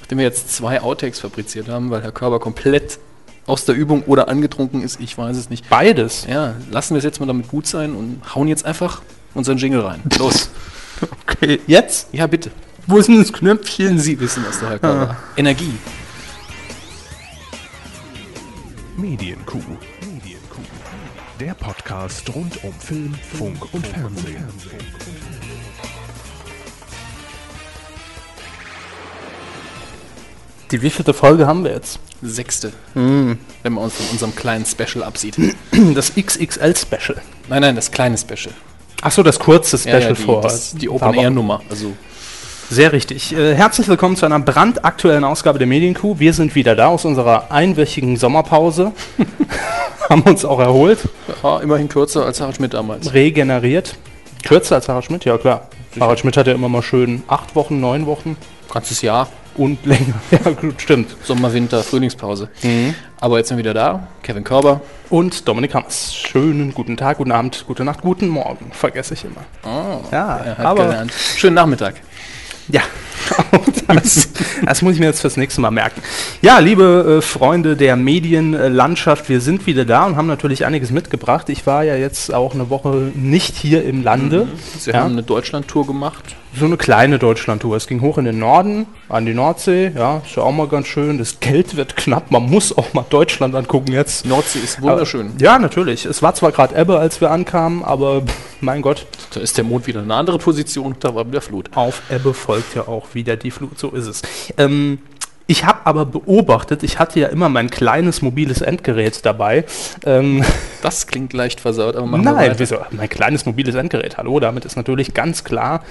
Nachdem wir jetzt zwei Outtakes fabriziert haben, weil Herr Körber komplett aus der Übung oder angetrunken ist, ich weiß es nicht. Beides. Ja, lassen wir es jetzt mal damit gut sein und hauen jetzt einfach unseren Jingle rein. Los. Okay, jetzt? ja, bitte. Wo ist denn das Knöpfchen? Ah. Sie wissen das doch, Herr Körber. Energie. Medienkuh. Medienkuh. Der Podcast rund um Film, Funk und Fernsehen. Die wievielte Folge haben wir jetzt? Sechste. Hm. Wenn man uns von unserem kleinen Special absieht. Das XXL-Special. Nein, nein, das kleine Special. Achso, das kurze Special die, vor. das, die ein paar Wochen. Open-Air-Nummer. Also, Sehr richtig. Äh, herzlich willkommen zu einer brandaktuellen Ausgabe der Medienkuh. Wir sind wieder da aus unserer einwöchigen Sommerpause. haben uns auch erholt, ja, immerhin kürzer als Harald Schmidt Hm. damals. regeneriert. Kürzer als Harald Schmidt, ja klar. Harald Schmidt hat ja immer mal schön acht Wochen, neun Wochen Ganzes Jahr. und länger. Ja, gut, stimmt. Sommer, Winter, Frühlingspause. Hm. Aber jetzt sind wir wieder da. Kevin Körber. Und Dominik Hammers. Schönen guten Tag, guten Abend, gute Nacht, guten Morgen. Vergesse ich immer. ja, Ah, Er hat gelernt. Schönen Nachmittag. Ja, das, das muss ich mir jetzt fürs nächste Mal merken. Ja, liebe äh, Freunde der Medienlandschaft, wir sind wieder da und haben natürlich einiges mitgebracht. Ich war ja jetzt auch eine Woche nicht hier im Lande. Sie Ja. haben eine Deutschland-Tour gemacht. So eine kleine Deutschlandtour. Es ging hoch in den Norden, an die Nordsee. Ja, ist ja auch mal ganz schön. Das Geld wird knapp. Man muss auch mal Deutschland angucken jetzt. Nordsee ist wunderschön. Ja, natürlich. Es war zwar gerade Ebbe, als wir ankamen, aber pff, mein Gott, Da ist der Mond wieder in eine andere Position. Da war wieder Flut. Auf Ebbe folgt ja auch wieder die Flut, so ist es. Ähm, ich habe aber beobachtet, ich hatte ja immer mein kleines mobiles Endgerät dabei. Ähm, Das klingt leicht versaut, aber machen nein, wir weiter. wieso? Mein kleines mobiles Endgerät, hallo, damit ist natürlich ganz klar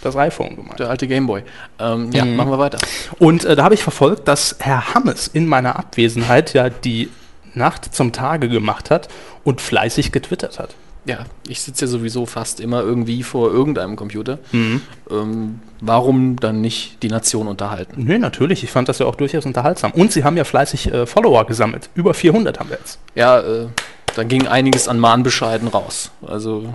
das iPhone gemeint. Der alte Gameboy. Ähm, Mhm. ja, machen wir weiter. Und äh, da habe ich verfolgt, dass Herr Hammes in meiner Abwesenheit ja die Nacht zum Tage gemacht hat und fleißig getwittert hat. Ja, ich sitze ja sowieso fast immer irgendwie vor irgendeinem Computer. Mhm. Ähm, warum dann nicht die Nation unterhalten? Nö, natürlich, ich fand das ja auch durchaus unterhaltsam. Und sie haben ja fleißig äh, Follower gesammelt. Über 400 haben wir jetzt. Ja, äh, dann ging einiges an Mahnbescheiden raus. Also,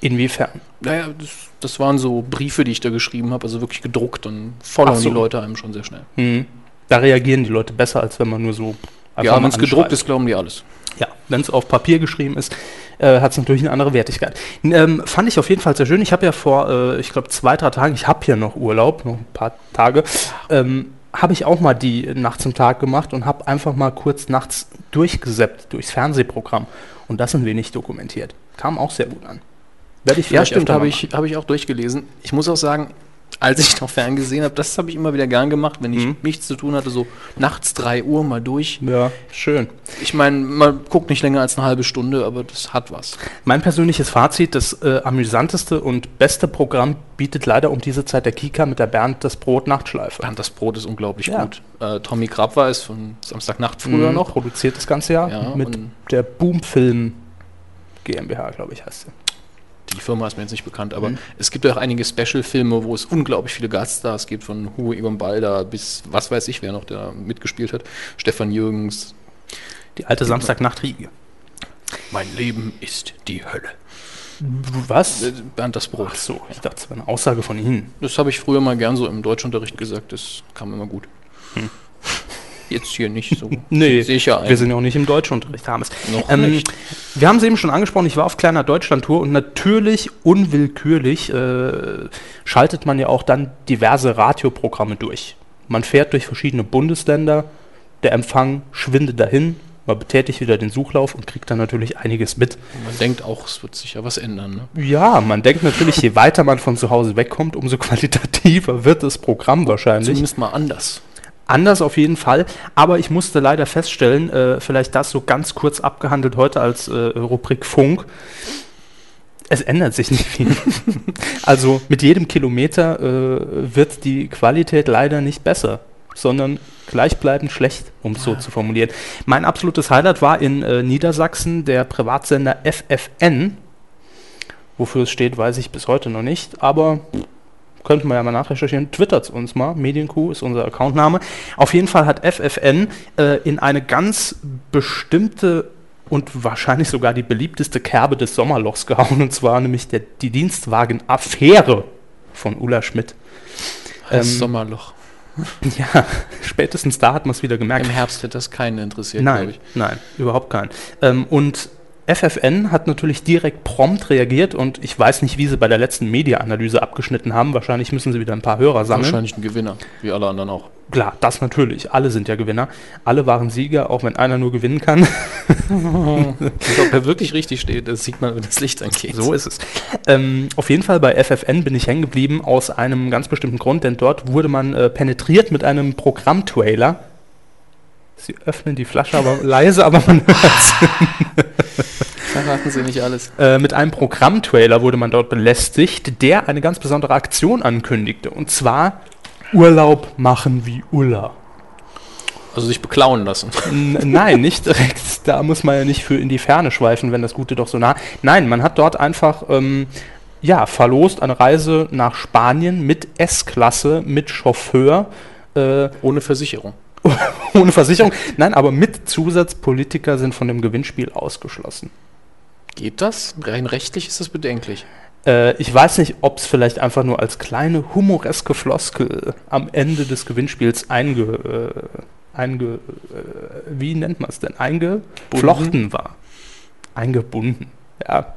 Inwiefern? naja, das, das waren so Briefe, die ich da geschrieben habe, also wirklich gedruckt und folgen Ach so. die Leute einem schon sehr schnell. Mhm. Da reagieren die Leute besser, als wenn man nur so ja, wenn mal es gedruckt anschreibt. ist, glauben die alles. Ja, wenn es auf Papier geschrieben ist, äh, hat es natürlich eine andere Wertigkeit. N- Ähm, fand ich auf jeden Fall sehr schön. Ich habe ja vor, äh, ich glaube, zwei, drei Tagen, ich habe hier noch Urlaub, noch ein paar Tage, ähm, habe ich auch mal die Nacht zum Tag gemacht und habe einfach mal kurz nachts durchgeseppt durchs Fernsehprogramm. Und das ein wenig dokumentiert. Kam auch sehr gut an. Werde ich Ja, stimmt, öfter mal habe ich, habe ich auch durchgelesen. Ich muss auch sagen, als ich noch ferngesehen habe, das habe ich immer wieder gern gemacht, wenn ich Mhm. nichts zu tun hatte, so nachts 3 Uhr mal durch. machen. Ja, schön. Ich meine, man guckt nicht länger als eine halbe Stunde, aber das hat was. Mein persönliches Fazit, das äh, amüsanteste und beste Programm bietet leider um diese Zeit der Kika mit der Bernd das Brot Nachtschleife. Bernd, das Brot ist unglaublich Ja. gut. Äh, Tommy Krabber ist von Samstagnacht früher noch. produziert das ganze Jahr Mhm. Ja, mit und- der Boomfilm GmbH, glaube ich, heißt sie. Die Firma ist mir jetzt nicht bekannt, aber es gibt ja auch einige Special-Filme, wo es unglaublich viele Gaststars gibt, von Hugo Egon Balder bis was weiß ich, wer noch da mitgespielt hat. Stefan Jürgens. Die alte Samstagnacht-Riege. Mein Leben ist die Hölle. Was? Äh, Bernd, das Brot. Ach so, ich dachte, das war eine Aussage von Ihnen. Das habe ich früher mal gern so im Deutschunterricht gesagt, das kam immer gut. Jetzt hier nicht so. Nee, sicher wir sind ja auch nicht im Deutschunterricht, Hames. Noch Ähm, nicht. Wir haben es eben schon angesprochen, ich war auf kleiner Deutschlandtour und natürlich unwillkürlich äh, schaltet man ja auch dann diverse Radioprogramme durch. Man fährt durch verschiedene Bundesländer, der Empfang schwindet dahin, man betätigt wieder den Suchlauf und kriegt dann natürlich einiges mit. Man denkt auch, es wird sich ja was ändern. Ne? Ja, man denkt natürlich, je weiter man von zu Hause wegkommt, umso qualitativer wird das Programm wahrscheinlich. Zumindest mal anders. Anders auf jeden Fall, aber ich musste leider feststellen, äh, vielleicht das so ganz kurz abgehandelt heute als äh, Rubrik Funk. Es ändert sich nicht viel. also mit jedem Kilometer äh, wird die Qualität leider nicht besser, sondern gleichbleibend schlecht, um es so zu formulieren. Mein absolutes Highlight war in äh, Niedersachsen der Privatsender FFN. Wofür es steht, weiß ich bis heute noch nicht, aber könnten wir ja mal nachrecherchieren. Twittert's uns mal. Medienkuh ist unser Accountname. Auf jeden Fall hat FFN äh, in eine ganz bestimmte und wahrscheinlich sogar die beliebteste Kerbe des Sommerlochs gehauen, und zwar nämlich der, die Dienstwagen-Affäre von Ulla Schmidt. Das Ähm, Sommerloch. Ja, spätestens da hat man es wieder gemerkt. Im Herbst wird das keinen interessiert, Nein, nein, überhaupt keinen. Ähm, und FFN hat natürlich direkt prompt reagiert und ich weiß nicht, wie sie bei der letzten Media-Analyse abgeschnitten haben. Wahrscheinlich müssen sie wieder ein paar Hörer sammeln. Wahrscheinlich ein Gewinner, wie alle anderen auch. Klar, das natürlich. Alle sind ja Gewinner. Alle waren Sieger, auch wenn einer nur gewinnen kann. Und ob er wirklich richtig steht, das sieht man, wenn das Licht angeht. So ist es. Ähm, auf jeden Fall bei FFN bin ich hängen geblieben aus einem ganz bestimmten Grund, denn dort wurde man äh, penetriert mit einem Programmtrailer. Sie öffnen die Flasche aber leise, aber man hört's. verraten sie nicht alles. Äh, mit einem Programmtrailer wurde man dort belästigt, der eine ganz besondere Aktion ankündigte. Und zwar Urlaub machen wie Ulla. Also sich beklauen lassen. N nein, nicht direkt. Da muss man ja nicht für in die Ferne schweifen, wenn das Gute doch so nah. Nein, man hat dort einfach ähm, ja verlost eine Reise nach Spanien mit S-Klasse, mit Chauffeur, äh, Ohne Versicherung. ohne Versicherung. Nein, aber mit Zusatz, Politiker sind von dem Gewinnspiel ausgeschlossen. Geht das? Rein rechtlich ist das bedenklich. Äh, ich weiß nicht, ob es vielleicht einfach nur als kleine humoreske Floskel am Ende des Gewinnspiels einge... Äh, einge äh, wie nennt man es denn? Eingeflochten war. Eingebunden. Ja.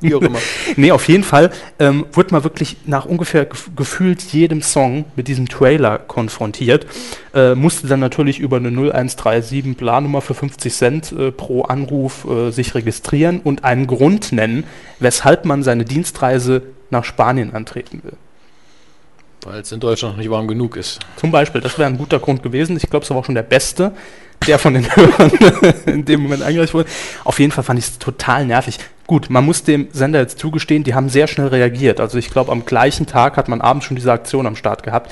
Wie auch immer. Nee, auf jeden Fall ähm, wurde man wirklich nach ungefähr gef gefühlt jedem Song mit diesem Trailer konfrontiert. Äh, musste dann natürlich über eine 0137 Planummer für 50 Cent äh, pro Anruf äh, sich registrieren und einen Grund nennen, weshalb man seine Dienstreise nach Spanien antreten will. Weil es in Deutschland noch nicht warm genug ist. Zum Beispiel, das wäre ein guter Grund gewesen. Ich glaube, es war auch schon der beste, der von den Hörern in dem Moment eingereicht wurde. Auf jeden Fall fand ich es total nervig. Gut, man muss dem Sender jetzt zugestehen, die haben sehr schnell reagiert. Also ich glaube, am gleichen Tag hat man abends schon diese Aktion am Start gehabt.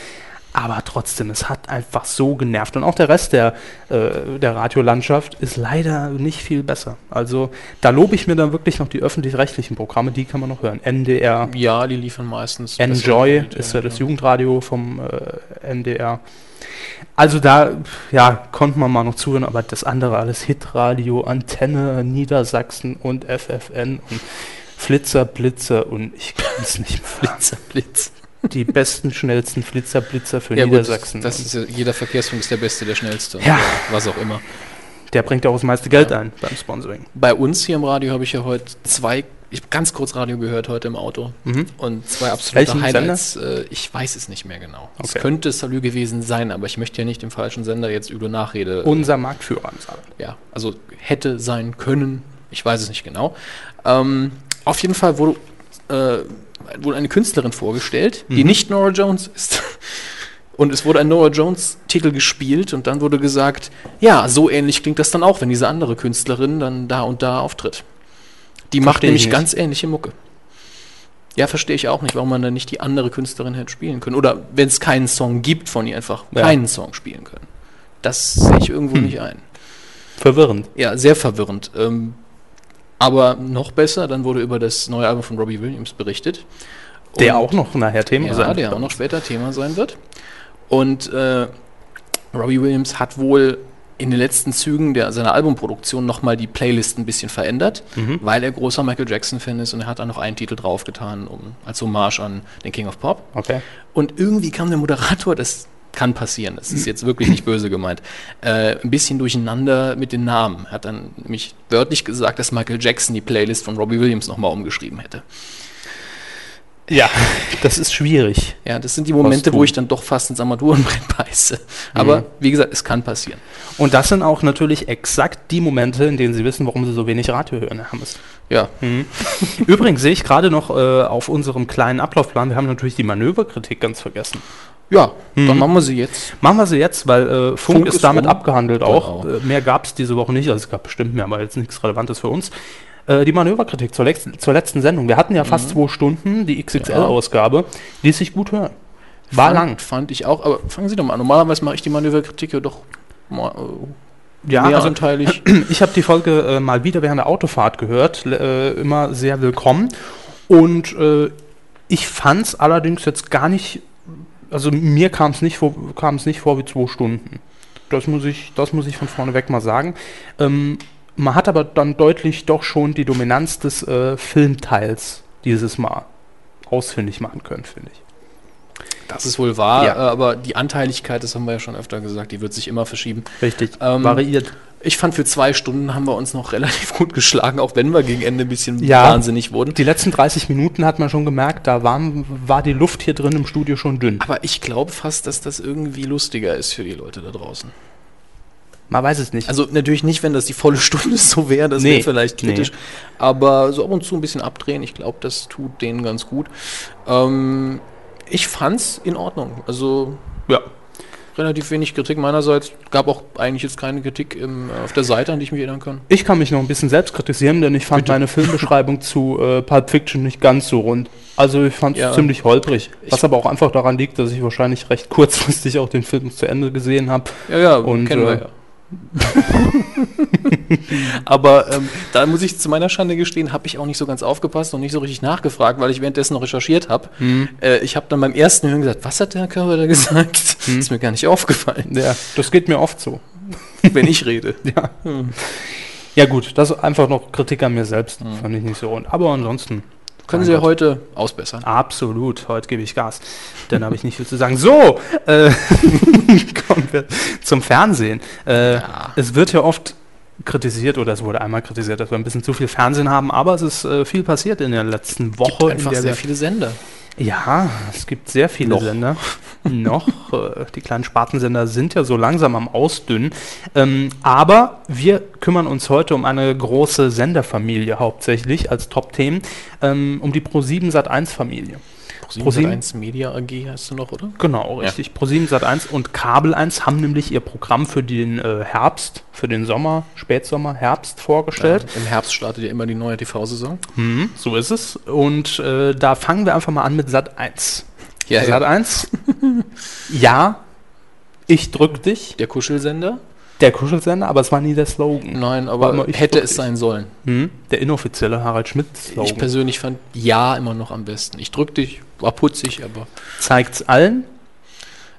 Aber trotzdem, es hat einfach so genervt. Und auch der Rest der, äh, der Radiolandschaft ist leider nicht viel besser. Also da lobe ich mir dann wirklich noch die öffentlich-rechtlichen Programme, die kann man noch hören. NDR, Ja, die liefern meistens. bessere Enjoy Qualität, ist ja das ja. Jugendradio vom äh, NDR. Also da ja, konnte man mal noch zuhören, aber das andere alles Hitradio, Antenne Niedersachsen und FFN und Flitzer, Blitzer und ich kann es nicht mehr. Blitzer, Blitz. Die besten, schnellsten Flitzer, Blitzer für Ja, gut, das, Niedersachsen. das ist ja, jeder Verkehrsfunk ist der Beste, der Schnellste. Ja. oder Was auch immer. Der bringt ja auch das meiste Geld ein beim Sponsoring. Bei uns hier im Radio habe ich ja heute zwei, ich habe ganz kurz Radio gehört heute im Auto. Mhm. Und zwei absolute Welchen Highlights. Äh, ich weiß es nicht mehr genau. Es Okay. könnte Salü gewesen sein, aber ich möchte ja nicht dem falschen Sender jetzt üble Nachrede. Unser Marktführer am Saal. ja, also hätte sein können. Ich weiß es nicht genau. Ähm, auf jeden Fall wurde, äh, wurde eine Künstlerin vorgestellt, die Mhm. nicht Nora Jones ist. Und es wurde ein Nora Jones-Titel gespielt und dann wurde gesagt, ja, so ähnlich klingt das dann auch, wenn diese andere Künstlerin dann da und da auftritt. Die macht Versteh ich nämlich nicht. ganz ähnliche Mucke. Ja, verstehe ich auch nicht, warum man dann nicht die andere Künstlerin hätte spielen können. Oder wenn es keinen Song gibt von ihr, einfach Ja. keinen Song spielen können. Das sehe ich irgendwo Hm. nicht ein. Verwirrend. Ja, sehr verwirrend. Ähm, aber noch besser, dann wurde über das neue Album von Robbie Williams berichtet. Der Und- auch noch nachher Thema ja, der auch noch später Thema sein wird. Und äh, Robbie Williams hat wohl in den letzten Zügen der, seiner Albumproduktion nochmal die Playlist ein bisschen verändert, Mhm. weil er großer Michael Jackson-Fan ist und er hat da noch einen Titel draufgetan, um, als Hommage an den King of Pop. Okay. Und irgendwie kam der Moderator, das kann passieren, das ist jetzt wirklich nicht böse gemeint, äh, ein bisschen durcheinander mit den Namen. Hat dann nämlich wörtlich gesagt, dass Michael Jackson die Playlist von Robbie Williams nochmal umgeschrieben hätte. Ja, das ist schwierig. Ja, das sind die Momente, tun? wo ich dann doch fast ins Armaturenbrett beiße. Aber Mhm. wie gesagt, es kann passieren. Und das sind auch natürlich exakt die Momente, in denen sie wissen, warum sie so wenig Radio hören, Herr Hammes. Ja, Übrigens sehe ich gerade noch äh, auf unserem kleinen Ablaufplan, wir haben natürlich die Manöverkritik ganz vergessen. ja Mhm. dann machen wir sie jetzt. Machen wir sie jetzt, weil äh, Funk, Funk ist ist damit rum. abgehandelt Genau. auch. Äh, mehr gab es diese Woche nicht, also es gab bestimmt mehr, aber jetzt nichts Relevantes für uns. Äh, die Manöverkritik zur, lex- zur letzten Sendung. Wir hatten ja fast Mhm. zwei Stunden, die XXL-Ausgabe, ließ sich gut hören. War fand, lang. Fand ich auch, aber fangen Sie doch mal an. Normalerweise mache ich die Manöverkritik ja doch mal, äh, Ja, mehr also anteilig. Ich habe die Folge äh, mal wieder während der Autofahrt gehört, l- äh, immer sehr willkommen. Und äh, ich fand es allerdings jetzt gar nicht, also mir kam es nicht, vor- kam's nicht vor wie zwei Stunden. Das muss ich, das muss ich von vorneweg mal sagen. Ähm, man hat aber dann deutlich doch schon die Dominanz des äh, Filmteils dieses Mal ausfindig machen können, finde ich. Das ist wohl wahr, Ja. äh, aber die Anteiligkeit, das haben wir ja schon öfter gesagt, die wird sich immer verschieben. Richtig, Ähm, variiert. Ich fand, für zwei Stunden haben wir uns noch relativ gut geschlagen, auch wenn wir gegen Ende ein bisschen Ja. wahnsinnig wurden. Die letzten 30 Minuten hat man schon gemerkt, da war, war die Luft hier drin im Studio schon dünn. Aber ich glaube fast, dass das irgendwie lustiger ist für die Leute da draußen. Man weiß es nicht. Also natürlich nicht, wenn das die volle Stunde so wäre, das Nee, wäre vielleicht kritisch. nee. Aber so ab und zu ein bisschen abdrehen, ich glaube, das tut denen ganz gut. Ähm, ich fand's in Ordnung. Also ja. relativ wenig Kritik meinerseits. Gab auch eigentlich jetzt keine Kritik im, auf der Seite, an die ich mich erinnern kann. Ich kann mich noch ein bisschen selbst kritisieren, denn ich fand Bitte. meine Filmbeschreibung zu äh, Pulp Fiction nicht ganz so rund. Also ich fand es Ja. ziemlich holprig. Ich- Was aber auch einfach daran liegt, dass ich wahrscheinlich recht kurzfristig auch den Film zu Ende gesehen habe. Ja, ja, Und, kennen wir äh, ja. Aber ähm, da muss ich zu meiner Schande gestehen, habe ich auch nicht so ganz aufgepasst und nicht so richtig nachgefragt, weil ich währenddessen noch recherchiert habe. Hm. Äh, ich habe dann beim ersten Hören gesagt, was hat der Herr Körber da gesagt? Hm. Ist mir gar nicht aufgefallen, Ja, das geht mir oft so. wenn ich rede. Ja. Ja gut, das ist einfach noch Kritik an mir selbst, Mhm. fand ich nicht so rund. Aber ansonsten Können Oh Mein Sie ja Gott. heute ausbessern. absolut, heute gebe ich Gas. Dann habe ich nicht viel zu sagen. So, äh, kommen wir zum Fernsehen. Äh, Ja. Es wird ja oft kritisiert oder es wurde einmal kritisiert, dass wir ein bisschen zu viel Fernsehen haben, aber es ist äh, viel passiert in der letzten Woche. Gibt einfach in der sehr wir- viele Sender. Ja, es gibt sehr viele Noch. Sender. Noch. äh, Die kleinen Spartensender sind ja so langsam am Ausdünnen. Ähm, aber wir kümmern uns heute um eine große Senderfamilie hauptsächlich als Top-Themen, ähm, um die Pro7 Sat1-Familie. ProSieben? 1 Media AG heißt du noch, oder? Genau, Ja. richtig. ProSieben Sat1 und Kabel 1 haben nämlich ihr Programm für den äh, Herbst, für den Sommer, Spätsommer, Herbst vorgestellt. Ja, Äh, Mhm. Im Herbst startet ja immer die neue TV-Saison. Hm, so ist es. Und äh, da fangen wir einfach mal an mit Sat 1. Ja, Sat 1. ja, ich drück dich. Der Kuschelsender? Der Kuschelsender, aber es war nie der Slogan. Nein, aber Warte mal, ich hätte drück es dich. sein sollen. Hm? Der inoffizielle Harald Ich Schmidt-Slogan. persönlich fand Ja immer noch am besten. Ich drück dich, war putzig, aber Zeigt's allen.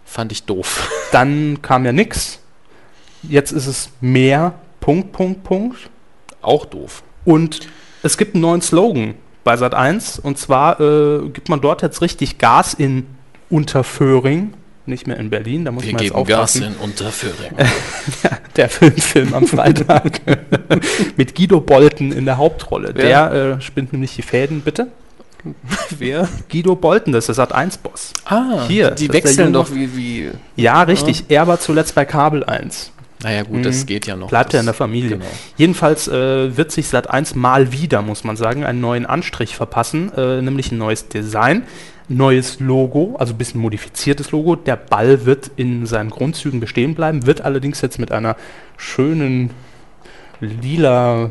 fand ich doof. Dann kam ja nix. Jetzt ist es mehr. Punkt, Punkt, Punkt. Auch doof. Und es gibt einen neuen Slogan bei Sat 1. Und zwar äh, gibt man dort jetzt richtig Gas in Unterföhring. Nicht mehr in Berlin, da muss Wir man jetzt geben Gas aufpassen. Äh, in Unterföhring. der Filmfilm am Freitag mit Guido Bolten in der Hauptrolle. Wer? Der äh, spinnt nämlich die Fäden, bitte. Wer? Guido Bolten, das ist der Sat1-Boss. Ah, Hier, die das ist der wechseln Junge. doch wie, wie. Ja, richtig. Er war zuletzt bei Kabel 1. Naja, gut, das geht ja noch. Mhm. Bleibt das, ja in der Familie. Genau. Jedenfalls äh, wird sich Sat1 mal wieder, muss man sagen, einen neuen Anstrich verpassen, äh, nämlich ein neues Design, neues Logo, also ein bisschen modifiziertes Logo. Der Ball wird in seinen Grundzügen bestehen bleiben, wird allerdings jetzt mit einer schönen lila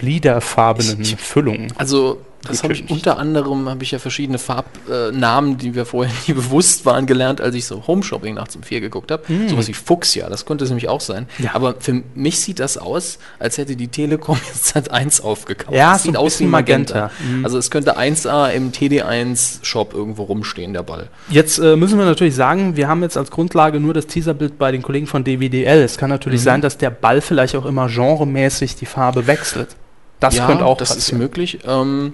fliederfarbenen Ich- ich- Füllung. Also, das habe ich Natürlich. unter anderem, habe ich ja verschiedene Farbnamen, die mir vorher nie bewusst waren, gelernt, als ich so Home-Shopping nachts um vier geguckt habe. Sowas wie Fuchsia, das könnte es nämlich auch sein. Hm. Ja. Aber für mich sieht das aus, als hätte die Telekom jetzt Sat 1 aufgekauft. Ja, das so ein sieht aus wie bisschen Magenta. Magenta. Mhm. Also, es könnte 1A im TD1-Shop irgendwo rumstehen, der Ball. Jetzt äh, müssen wir natürlich sagen, wir haben jetzt als Grundlage nur das Teaserbild bei den Kollegen von DWDL. Es kann Mhm. natürlich sein, dass der Ball vielleicht auch immer genremäßig die Farbe wechselt. Das könnte auch das ist passieren. möglich. Ähm,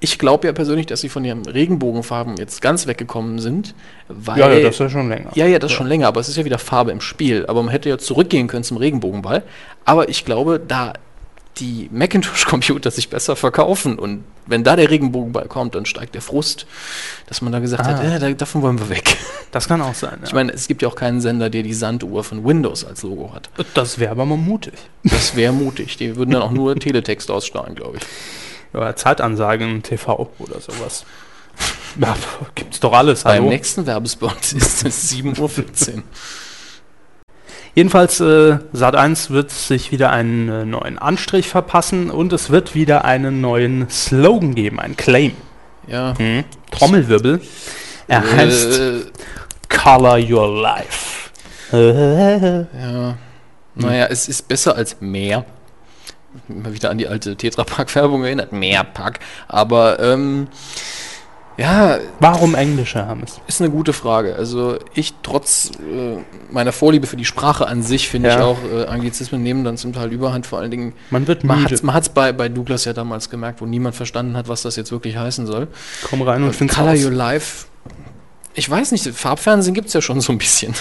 ich glaube ja persönlich, dass sie von ihren Regenbogenfarben jetzt ganz weggekommen sind, weil Ja, ja, das ist ja schon länger. Ja, ja, das schon länger, aber es ist ja wieder Farbe im Spiel. Aber man hätte ja zurückgehen können zum Regenbogenball. Aber ich glaube, da die Macintosh-Computer sich besser verkaufen und wenn da der Regenbogenball kommt, dann steigt der Frust, dass man da gesagt Ah. hat, äh, da, davon wollen wir weg. Das kann auch sein. Ja. Ich meine, es gibt ja auch keinen Sender, der die Sanduhr von Windows als Logo hat. das wäre aber mal mutig. Das wäre mutig. Die würden dann auch nur Teletext ausstrahlen, glaube ich. Oder Zeitansagen im TV oder sowas. Ja, pf, gibt's doch alles. Beim hallo. nächsten Werbespot ist es 7.14 Uhr. Jedenfalls, äh, Sat1 wird sich wieder einen äh, neuen Anstrich verpassen und es wird wieder einen neuen Slogan geben, einen Claim. Ja. Trommelwirbel. Er heißt Hm? Äh, Color Your Life. Äh, ja. Hm. Naja, es ist besser als mehr. Immer wieder an die alte Tetrapack-Werbung erinnert. Mehr Pack. Aber ähm, ja, Warum englische Hermes? ist eine gute Frage. Also ich trotz äh, meiner Vorliebe für die Sprache an sich finde ich Ja. auch, äh, Anglizismen nehmen dann zum Teil überhand. Vor allen Dingen, Man wird man hat müde. es man hat's bei, bei Douglas ja damals gemerkt, wo niemand verstanden hat, was das jetzt wirklich heißen soll. Komm rein und find's Color raus. Your Life Ich weiß nicht, Farbfernsehen gibt es ja schon so ein bisschen.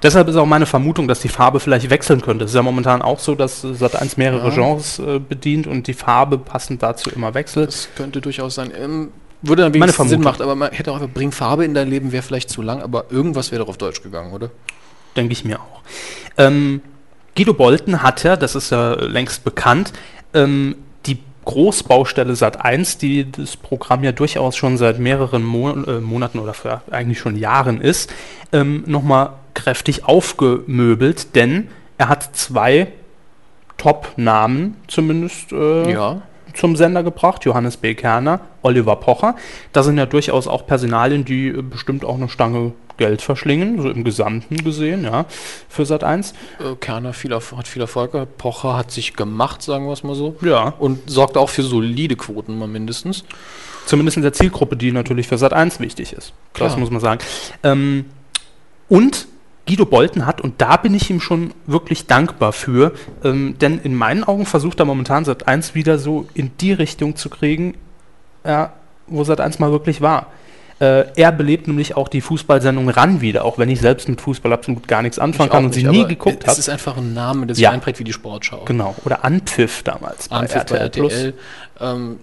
Deshalb ist auch meine Vermutung, dass die Farbe vielleicht wechseln könnte. Es ist ja momentan auch so, dass äh, Sat1 mehrere Ja. Genres äh, bedient und die Farbe passend dazu immer wechselt. Das könnte durchaus sein. Ähm, würde dann Meine wenigstens Sinn Vermutung. machen, aber man hätte auch einfach, bring Farbe in dein Leben, wäre vielleicht zu lang, aber irgendwas wäre doch auf Deutsch gegangen, oder? Denke ich mir auch. Ähm, Guido Bolten hat ja, das ist ja längst bekannt, ähm, die Großbaustelle Sat1, die das Programm ja durchaus schon seit mehreren Mon äh, Monaten oder für eigentlich schon Jahren ist, ähm, nochmal kräftig aufgemöbelt, denn er hat zwei Top-Namen zumindest äh, Ja. zum Sender gebracht, Johannes B. Kerner, Oliver Pocher. Da sind ja durchaus auch Personalien, die äh, bestimmt auch eine Stange Geld verschlingen, so im Gesamten gesehen, ja, für Sat 1. Äh, Kerner viel Erf- hat viel Erfolg gehabt, Pocher hat sich gemacht, sagen wir es mal so. Ja. Und sorgt auch für solide Quoten mal mindestens. Zumindest in der Zielgruppe, die natürlich für Sat 1 wichtig ist. Das Klar. muss man sagen. Ähm, und Guido Bolten hat, und da bin ich ihm schon wirklich dankbar für, ähm, denn in meinen Augen versucht er momentan Sat 1 wieder so in die Richtung zu kriegen, ja, wo Sat 1 mal wirklich war. Äh, er belebt nämlich auch die Fußballsendung ran wieder, auch wenn ich selbst mit Fußball absolut gar nichts anfangen Ich kann auch und sie nicht, nie aber geguckt Es habe. ist einfach ein Name, der sich Ja. einprägt wie die Sportschau. Genau. Oder Anpfiff damals Anpfiff bei RTL. Ähm,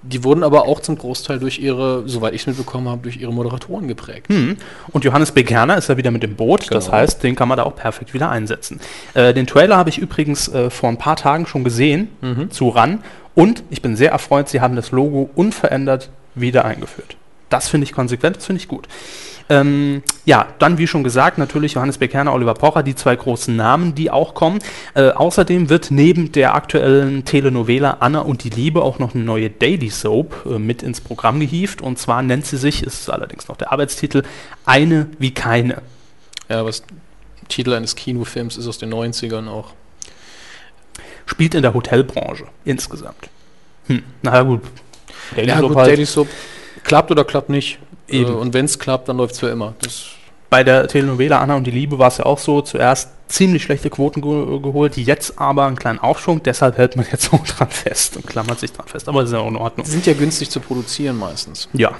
die wurden aber auch zum Großteil durch ihre, soweit ich es mitbekommen habe, durch ihre Moderatoren geprägt. Hm. Und Johannes B. Kerner ist ja wieder mit dem Boot, das Genau. heißt, den kann man da auch perfekt wieder einsetzen. Äh, den Trailer habe ich übrigens äh, vor ein paar Tagen schon gesehen zu RAN und ich bin sehr erfreut, sie haben das Logo unverändert wieder eingeführt. Das finde ich konsequent, das finde ich gut. Ähm, ja, dann wie schon gesagt, natürlich Johannes B. Kerner, Oliver Pocher, die zwei großen Namen, die auch kommen. Äh, außerdem wird neben der aktuellen Telenovela Anna und die Liebe auch noch eine neue Daily Soap äh, mit ins Programm gehievt. Und zwar nennt sie sich, ist allerdings noch der Arbeitstitel, Eine wie keine. Ja, was Titel eines Kinofilms ist aus den 90ern auch. Spielt in der Hotelbranche insgesamt. Hm, naja, gut. Daily Ja, Soap gut, halt. Daily Soap klappt oder klappt nicht. Eben. Äh, und wenn es klappt, dann läuft es für immer. Das, Bei der Telenovela Anna und die Liebe war es ja auch so, zuerst ziemlich schlechte Quoten ge geholt, jetzt aber einen kleinen Aufschwung, deshalb hält man jetzt auch dran fest und klammert sich dran fest, aber das ist ja auch in Ordnung. sind ja günstig zu produzieren meistens. Ja,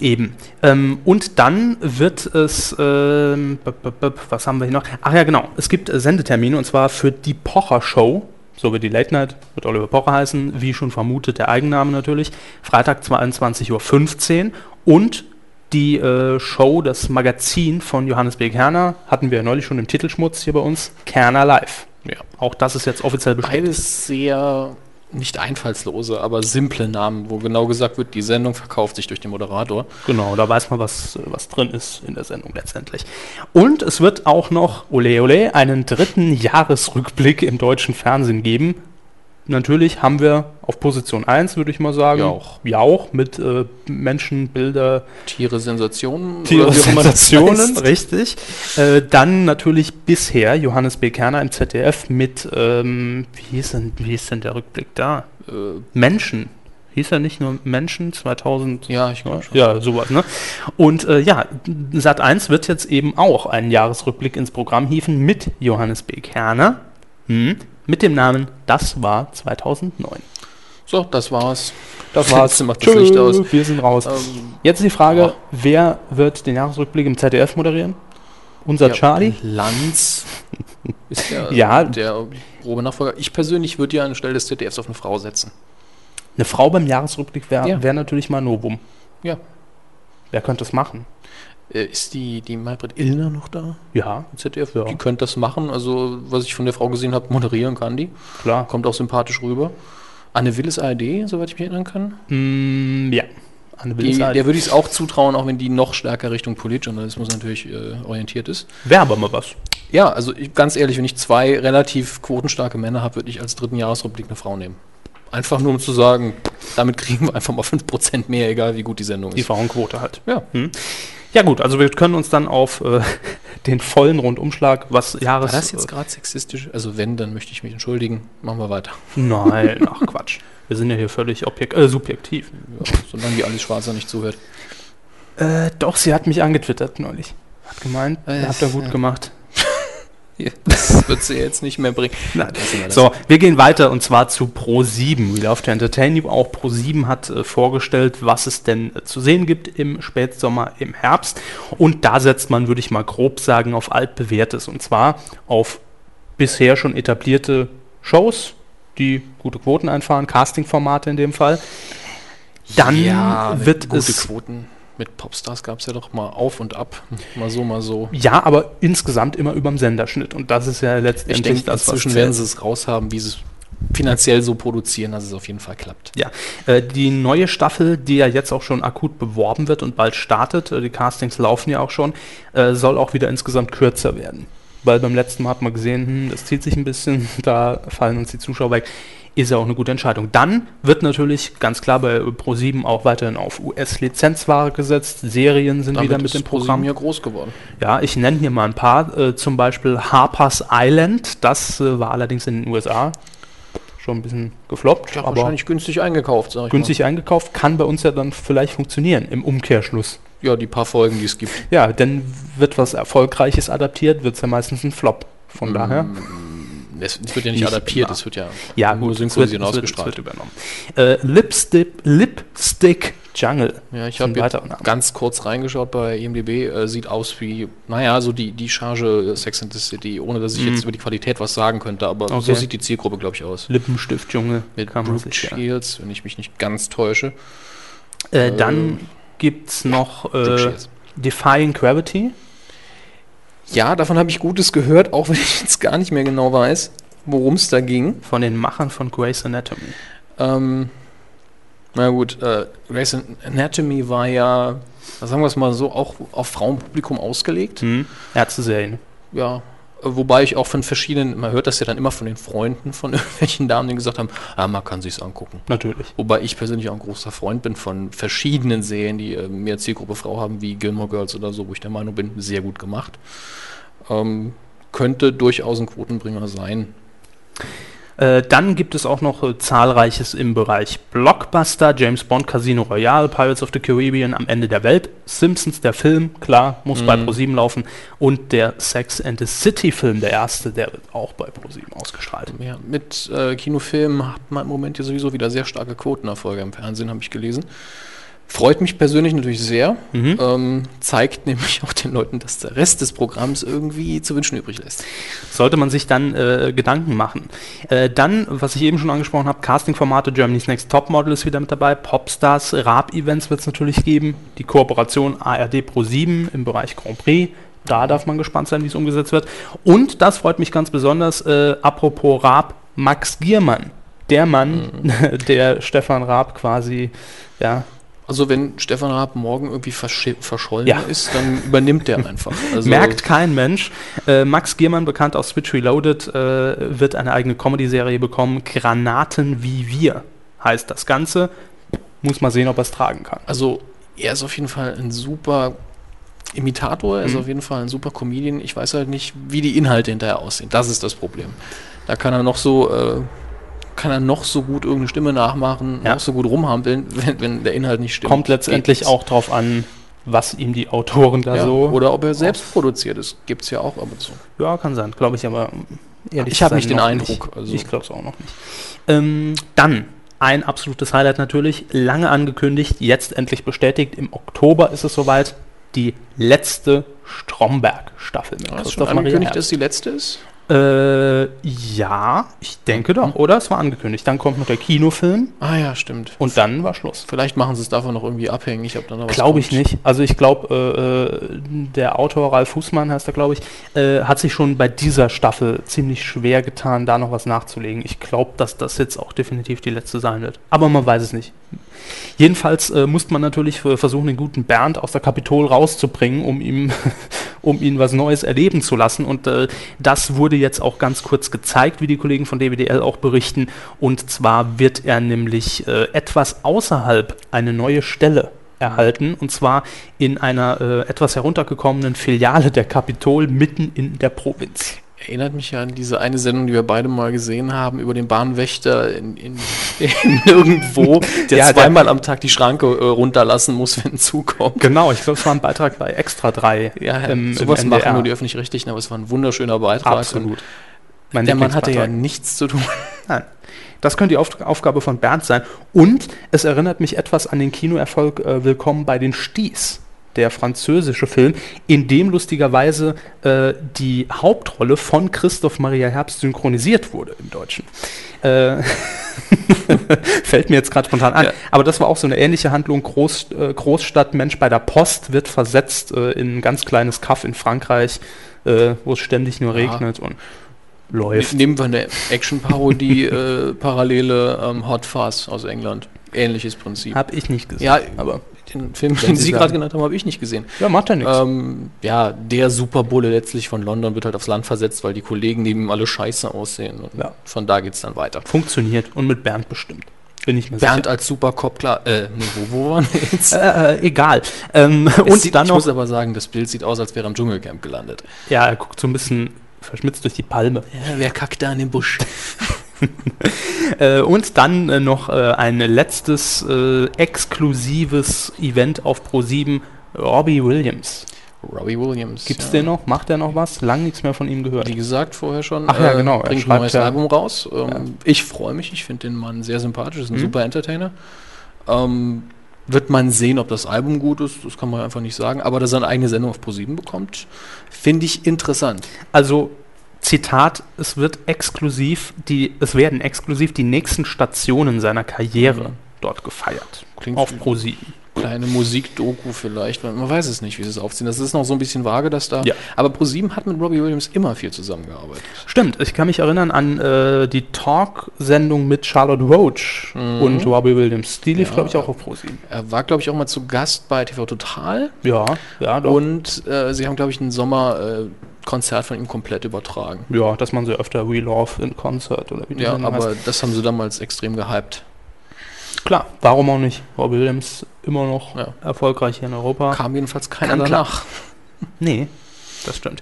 eben. Ähm, und dann wird es, ähm, b- b- b- was haben wir hier noch? Ach ja, genau, es gibt äh, Sendetermine und zwar für die Pocher Show, so wird die Late Night, wird Oliver Pocher heißen, wie schon vermutet, der Eigenname natürlich, Freitag 22.15 Uhr und die äh, Show, das Magazin von Johannes B. Kerner, hatten wir ja neulich schon im Titelschmutz hier bei uns, Kerner Live. Ja. Auch das ist jetzt offiziell bestätigt. Beides sehr nicht einfallslose, aber simple Namen, wo genau gesagt wird, die Sendung verkauft sich durch den Moderator. Genau, da weiß man, was, äh, was drin ist in der Sendung letztendlich. Und es wird auch noch, ole ole, einen dritten Jahresrückblick im deutschen Fernsehen geben. Natürlich haben wir auf Position 1, würde ich mal sagen, Jauch. Jauch mit äh, Menschen, Bilder, Tiere Sensationen. Tiere, oder wie auch immer das Sensationen, heißt. richtig. Äh, dann natürlich bisher Johannes B. Kerner im ZDF mit, ähm, wie, hieß denn, wie hieß denn der Rückblick da? Äh, Menschen. Hieß er nicht nur Menschen 2000? ja, ich glaube Ja, schon. ja, sowas, ne? Und äh, ja, Sat1 wird jetzt eben auch einen Jahresrückblick ins Programm hieven mit Johannes B. Kerner. Hm, mit dem Namen Das war 2009. So, das war's. Das war's. Jetzt macht das Licht aus. Wir sind raus. Ähm, jetzt die Frage, ja. wer wird den Jahresrückblick im ZDF moderieren? Unser ja, Charlie? Lanz ist der, Ja. der grobe Nachfolger. Ich persönlich würde ja anstelle des ZDFs auf eine Frau setzen. Eine Frau beim Jahresrückblick wäre Ja. wär natürlich mal Novum. Ja. Wer könnte das machen? Äh, ist die, die Maybrit Illner noch da Ja, im ZDF? Ja. Die könnte das machen. Also, was ich von der Frau gesehen habe, moderieren kann die. klar. Kommt auch sympathisch rüber. Anne Will ist ARD, soweit ich mich erinnern kann. Mm, ja. Anne Die, Willis- der würde ich es auch zutrauen, auch wenn die noch stärker Richtung Politjournalismus natürlich äh, orientiert ist. Wäre aber mal was. Ja, also ich, ganz ehrlich, wenn ich zwei relativ quotenstarke Männer habe, würde ich als dritten Jahresrückblick eine Frau nehmen. Einfach nur um zu sagen, damit kriegen wir einfach mal 5% mehr, egal wie gut die Sendung Die ist. Frauenquote halt. Ja. Hm. Ja gut, also wir können uns dann auf äh, den vollen Rundumschlag, was War Jahres... das jetzt gerade sexistisch? Also wenn, dann möchte ich mich entschuldigen. Machen wir weiter. Äh, Nein, ach Quatsch. Wir sind ja hier völlig objek äh, subjektiv. Ja, solange die Alice Schwarzer nicht zuhört. Äh, doch, sie hat mich angetwittert neulich. Hat gemeint, Äh, habt ihr gut ja. gemacht. Hier, Das wird sie jetzt nicht mehr bringen. Nein. Lassen wir das. So, wir gehen weiter und zwar zu Pro7. We Love to Entertain You. Auch Pro7 hat äh, vorgestellt, was es denn äh, zu sehen gibt im Spätsommer, im Herbst. Und da setzt man, würde ich mal grob sagen, auf altbewährtes und zwar auf bisher schon etablierte Shows, die gute Quoten einfahren, Casting-Formate in dem Fall. Dann ja, wird gute es Quoten. Mit Popstars gab es ja doch mal auf und ab. Mal so, mal so. ja, aber insgesamt immer überm Senderschnitt und das ist ja letztendlich Ich denke, das, was inzwischen zählt. werden sie es raushaben, wie sie es finanziell so produzieren, dass es auf jeden Fall klappt. Ja, äh, die neue Staffel, die ja jetzt auch schon akut beworben wird und bald startet, äh, die Castings laufen ja auch schon, äh, soll auch wieder insgesamt kürzer werden. Weil beim letzten Mal hat man gesehen, hm, das zieht sich ein bisschen, da fallen uns die Zuschauer weg. Ist ja auch eine gute Entscheidung. Dann wird natürlich ganz klar bei Pro7 auch weiterhin auf US-Lizenzware gesetzt. Serien sind wieder mit dem Programm. ja groß geworden. Ja, ich nenne hier mal ein paar. Äh, zum Beispiel Harper's Island. Das äh, war allerdings in den USA schon ein bisschen gefloppt. Ja, wahrscheinlich günstig eingekauft, sag ich günstig eingekauft, kann bei uns ja dann vielleicht funktionieren im Umkehrschluss. mal. Ja, die paar Folgen, die es gibt. Ja, denn wird was Erfolgreiches adaptiert, wird es ja meistens ein Flop. Mhm. Von daher. Es, es Mm, wird ja nicht, Nicht adaptiert, immer. es wird ja, Ja, nur es wird, es synchronisiert und wird, es wird ausgestrahlt. übernommen. Äh, Lipstick, Lipstick Jungle. Ja, ich Ist ein habe jetzt weiterer Name. ganz kurz reingeschaut bei IMDb. Äh, sieht aus wie, naja, so die, die Charge äh, Sex and the City, ohne dass ich jetzt über die Qualität was sagen könnte, aber so Mhm. Okay. sieht die Zielgruppe, glaube ich, aus. Lippenstift Jungle. Mit kann man Brooke sich, ja. Shields, wenn ich mich nicht ganz täusche. äh, dann gibt es noch Brooke äh, Shields. Defying Gravity. Ja, davon habe ich Gutes gehört, auch wenn ich jetzt gar nicht mehr genau weiß, worum es da ging. von den Machern von Grey's Anatomy. Ähm, na gut, äh, Grey's Anatomy war ja, sagen wir es mal so, auch auf Frauenpublikum ausgelegt. Hm? Ärzte-Serien. Ja. äh, Wobei ich auch von verschiedenen, man hört das ja dann immer von den Freunden von irgendwelchen Damen, die gesagt haben, ah, man kann sich's angucken. Natürlich. Wobei ich persönlich auch ein großer Freund bin von verschiedenen Serien, die äh, mehr Zielgruppe Frau haben, wie Gilmore Girls oder so, wo ich der Meinung bin, sehr gut gemacht. Ähm, könnte durchaus ein Quotenbringer sein. Äh, dann gibt es auch noch äh, zahlreiches im Bereich Blockbuster, James Bond, Casino Royale, Pirates of the Caribbean, Am Ende der Welt, Simpsons, der Film, klar, muss bei ProSieben laufen, und der Sex and the City Film, der erste, der wird auch bei ProSieben ausgestrahlt. Ja, mit äh, Kinofilmen hat man im Moment ja sowieso wieder sehr starke Quotenerfolge im Fernsehen, habe ich gelesen. Freut mich persönlich natürlich sehr. Mhm. Ähm, zeigt nämlich auch den Leuten, dass der Rest des Programms irgendwie zu wünschen übrig lässt. Sollte man sich dann äh, Gedanken machen. Äh, dann, was ich eben schon angesprochen habe, Castingformate Germany's Next Topmodel ist wieder mit dabei, Popstars, Raab-Events wird es natürlich geben, die Kooperation ARD Pro 7 im Bereich Grand Prix. Da darf man gespannt sein, wie es umgesetzt wird. Und das freut mich ganz besonders, äh, apropos Raab, Max Giermann. Der Mann, der Stefan Raab quasi, ja, Also wenn Stefan Raab morgen irgendwie verschi- verschollen Ja. ist, dann übernimmt der einfach. Also, Merkt kein Mensch. Äh, Max Giermann, bekannt aus Switch Reloaded, äh, wird eine eigene Comedy-Serie bekommen. Granaten wie wir heißt das Ganze. Muss mal sehen, ob er es tragen kann. Also er ist auf jeden Fall ein super Imitator, er ist Mhm. auf jeden Fall ein super Comedian. Ich weiß halt nicht, wie die Inhalte hinterher aussehen. Das ist das Problem. Da kann er noch so, äh, kann er noch so gut irgendeine Stimme nachmachen, Ja. noch so gut rumhampeln, wenn, wenn der Inhalt nicht stimmt. Kommt letztendlich Geht's. auch drauf an, was ihm die Autoren da Ja, so. oder ob er selbst produziert ist, gibt es ja auch ab und zu. ja, kann sein, glaube ich, aber mm, ehrlich Ich hab gesagt nicht den noch Eindruck, Nicht. also- Ich glaube es auch noch nicht. Ähm, dann. Ein absolutes Highlight natürlich, lange angekündigt, jetzt endlich bestätigt. Im Oktober ist es soweit, die letzte Stromberg-Staffel Hast mit du Ah, schon Christoph Maria angekündigt, Herbst. dass die letzte ist? Äh, ja, ich denke Hm. doch, oder? Es war angekündigt. Dann kommt noch der Kinofilm Ah ja, stimmt. und dann war Schluss. Vielleicht machen sie es davon noch irgendwie abhängig, ob da noch was Glaube ich kommt. nicht. Also ich glaube, äh, äh, der Autor Ralf Fußmann heißt er, glaube ich, äh, hat sich schon bei dieser Staffel ziemlich schwer getan, da noch was nachzulegen. Ich glaube, dass das jetzt auch definitiv die letzte sein wird. Aber man weiß es nicht. Jedenfalls äh, musste man natürlich äh, versuchen, den guten Bernd aus der Kapitol rauszubringen, um ihm, um ihn was Neues erleben zu lassen. Und äh, das wurde jetzt auch ganz kurz gezeigt, wie die Kollegen von DWDL auch berichten. Und zwar wird er nämlich äh, etwas außerhalb eine neue Stelle erhalten. Und zwar in einer äh, etwas heruntergekommenen Filiale der Kapitol mitten in der Provinz. Erinnert mich ja an diese eine Sendung, die wir beide mal gesehen haben, über den Bahnwächter in, in, in irgendwo, der Ja, der- zweimal am Tag die Schranke äh, runterlassen muss, wenn ein Zug kommt. Genau, ich glaube, es war ein Beitrag bei Extra 3. Ja, ähm, sowas im machen NDR. nur die Öffentlich-Rechtlichen, aber es war ein wunderschöner Beitrag. Absolut. Und Mein der Mann hatte ja Lieblingsbeitrag. nichts zu tun. Nein. Das könnte die Auf Aufgabe von Bernd sein. Und es erinnert mich etwas an den Kinoerfolg äh, Willkommen bei den Sties, der französische Film, in dem lustigerweise äh, die Hauptrolle von Christoph Maria Herbst synchronisiert wurde im Deutschen. Äh, fällt mir jetzt gerade spontan an. Ja. Aber das war auch so eine ähnliche Handlung. Groß, äh, Großstadt Mensch bei der Post wird versetzt äh, in ein ganz kleines Kaff in Frankreich, äh, wo es ständig nur Ja. regnet und Ne- läuft. Nehmen wir eine Action-Parodie, äh, Parallele ähm, Hot Fuzz aus England. Ähnliches Prinzip. Hab ich nicht gesehen. Ja, Ah, aber den Film, Wenn den Sie Sie sagen. gerade genannt haben, habe ich nicht gesehen. ja, macht ja nichts. Ähm, ja, der Superbulle letztlich von London wird halt aufs Land versetzt, weil die Kollegen neben ihm alle scheiße aussehen. Und Ja. von da geht's dann weiter. Funktioniert und mit Bernd bestimmt. Bin ich mir Bernd als Supercop, klar. Äh, nee, wo, wo waren wir jetzt? sicher. Äh, äh, egal. Ähm, Es und sieht, dann ich muss noch, aber sagen, das Bild sieht aus, als wäre er im Dschungelcamp gelandet. ja, er guckt so ein bisschen verschmitzt durch die Palme. Ja, wer kackt da an den Busch? Äh, und dann äh, noch äh, ein letztes äh, exklusives Event auf Pro7. Robbie Williams. Robbie Williams. Gibt's ja. den noch? Macht der noch was? Lang nichts mehr von ihm gehört. Wie gesagt, vorher schon. Ach ja, genau, er Bringt ein schreibt neues ja- Album raus. Ähm, Ja. Ich freue mich. Ich finde den Mann sehr sympathisch. Ist ein Mhm. super Entertainer. Ähm, wird man sehen, ob das Album gut ist. Das kann man einfach nicht sagen. Aber dass er eine eigene Sendung auf ProSieben bekommt, finde ich interessant. Also Zitat, es wird exklusiv die, es werden exklusiv die nächsten Stationen seiner Karriere Mhm. dort gefeiert. Klingt Auf wie eine Pro7. kleine Musikdoku vielleicht. Man man weiß es nicht, wie sie es aufziehen. Das ist noch so ein bisschen vage, dass da. Ja. Aber ProSieben hat mit Robbie Williams immer viel zusammengearbeitet. Stimmt, ich kann mich erinnern an äh, die Talk-Sendung mit Charlotte Roach Mhm. und Robbie Williams. Die lief, Ja. glaube ich, auch auf ProSieben. Er war, glaube ich, auch mal zu Gast bei TV Total. Ja, ja, doch. Und äh, sie haben, glaube ich, ein Sommerkonzert äh, Konzert von ihm komplett übertragen. ja, dass man so öfter We Love in Concert oder wie die Ja, Sendung heißt. aber das haben sie damals extrem gehypt. Klar, warum auch nicht? Robbie Williams immer noch Ja. erfolgreich hier in Europa. Kam jedenfalls keiner Kann klar. danach. Nee, das stimmt.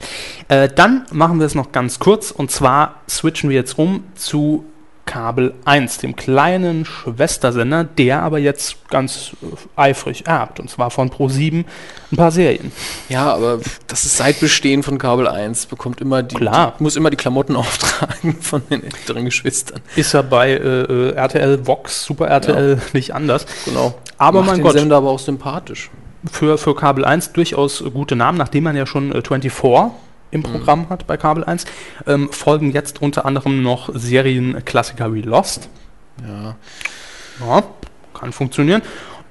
Äh, dann machen wir es noch ganz kurz und zwar switchen wir jetzt rum zu Kabel 1, dem kleinen Schwestersender, der aber jetzt ganz äh, eifrig erbt und zwar von Pro7 ein paar Serien. Ja, aber das ist seit Bestehen von Kabel 1, bekommt immer die, Klar. die muss immer die Klamotten auftragen von den älteren Geschwistern. Ist ja bei äh, äh, RTL, Vox, Super RTL nicht anders. Genau. Aber Aber Macht mein den Gott, Sender aber auch sympathisch. für, für Kabel 1 durchaus äh, gute Namen, nachdem man ja schon äh, 24 Mhm. im Programm hat bei Kabel 1, ähm, folgen jetzt unter anderem noch Serienklassiker wie Lost. Ja. Ja, kann funktionieren.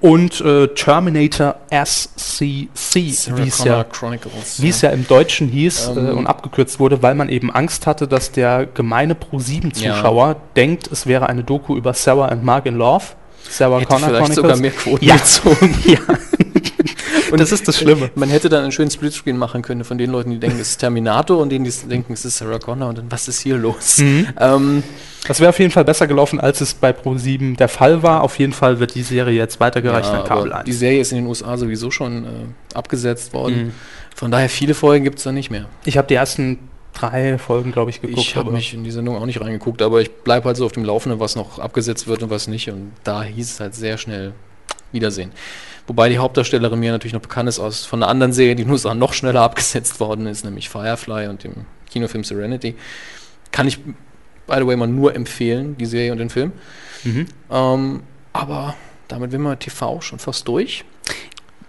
Und äh, Terminator SCC, wie es ja, Chronicles. wie es ja im Deutschen hieß äh, Ähm. und abgekürzt wurde, weil man eben Angst hatte, dass der gemeine Pro-7-Zuschauer denkt, es wäre eine Doku über Sarah and Mark in Love. Sarah Hätte Connor vielleicht sogar Chronicles. mehr Quoten Ja. gezogen. Ja. das ist das Schlimme. Man hätte dann einen schönen Splitscreen machen können von den Leuten, die denken, es ist Terminator und denen, die denken, es ist Sarah Connor und dann, was ist hier los? Mhm. Ähm, Das wäre auf jeden Fall besser gelaufen, als es bei Pro7 der Fall war. Auf jeden Fall wird die Serie jetzt weitergereicht Ja, an halt Kabel aber 1. Die Serie ist in den USA sowieso schon äh, abgesetzt worden. Mhm. Von daher, viele Folgen gibt es da nicht mehr. Ich habe die ersten drei Folgen, glaube ich, geguckt. ich habe aber- mich in die Sendung auch nicht reingeguckt, aber ich bleibe halt so auf dem Laufenden, was noch abgesetzt wird und was nicht. Und da hieß es halt sehr schnell Wiedersehen. Wobei die Hauptdarstellerin mir natürlich noch bekannt ist aus von einer anderen Serie, die in den USA noch schneller abgesetzt worden ist, nämlich Firefly und dem Kinofilm Serenity. Kann ich, by the way, mal nur empfehlen, die Serie und den Film. Mhm. Ähm, aber damit sind wir TV schon fast durch.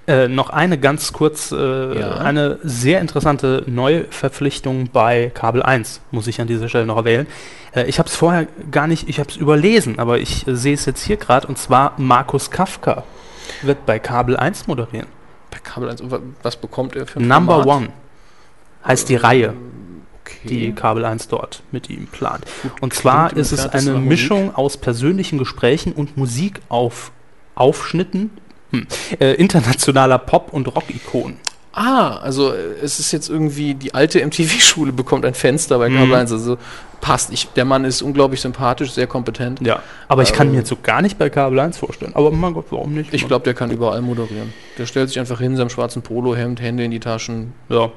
Äh, noch eine ganz kurz, äh, Ja. eine sehr interessante Neuverpflichtung bei Kabel 1, muss ich an dieser Stelle noch erwähnen. Äh, ich habe es vorher gar nicht, ich habe es überlesen, aber ich äh, sehe es jetzt hier gerade und zwar Markus Kafka wird bei Kabel 1 moderieren. Bei Kabel 1, wa- was bekommt er für ein Number Format? Äh, Ähm, One heißt die Reihe, die Okay. Kabel 1 dort mit ihm plant. Und zwar klingt im ist es entferntesten eine nach Musik. Mischung aus persönlichen Gesprächen und Musik auf Aufschnitten hm, äh, internationaler Pop- und Rock-Ikonen. Ah, also äh, es ist jetzt irgendwie, die alte MTV-Schule bekommt ein Fenster bei Mhm. Kabel 1. Also passt. Ich, der Mann ist unglaublich sympathisch, sehr kompetent. Ja, Äh, aber ich kann Ähm. mir jetzt so gar nicht bei Kabel 1 vorstellen. Aber mein Gott, warum nicht? ne? Ich glaube, der kann überall moderieren. Der stellt sich einfach hin, seinem schwarzen Polohemd, Hände in die Taschen. ja.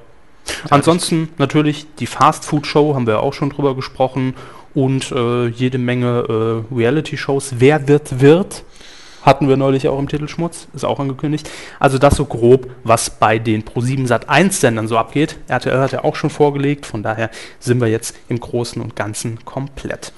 Ansonsten natürlich die Fast-Food-Show, haben wir auch schon drüber gesprochen. Und äh, jede Menge äh, Reality-Shows. Wer wird, wird. Hatten wir neulich auch im Titelschmutz, ist auch angekündigt. Also das so grob, was bei den Pro7 Sat 1 Sendern so abgeht. RTL hat ja auch schon vorgelegt, von daher sind wir jetzt im Großen und Ganzen komplett.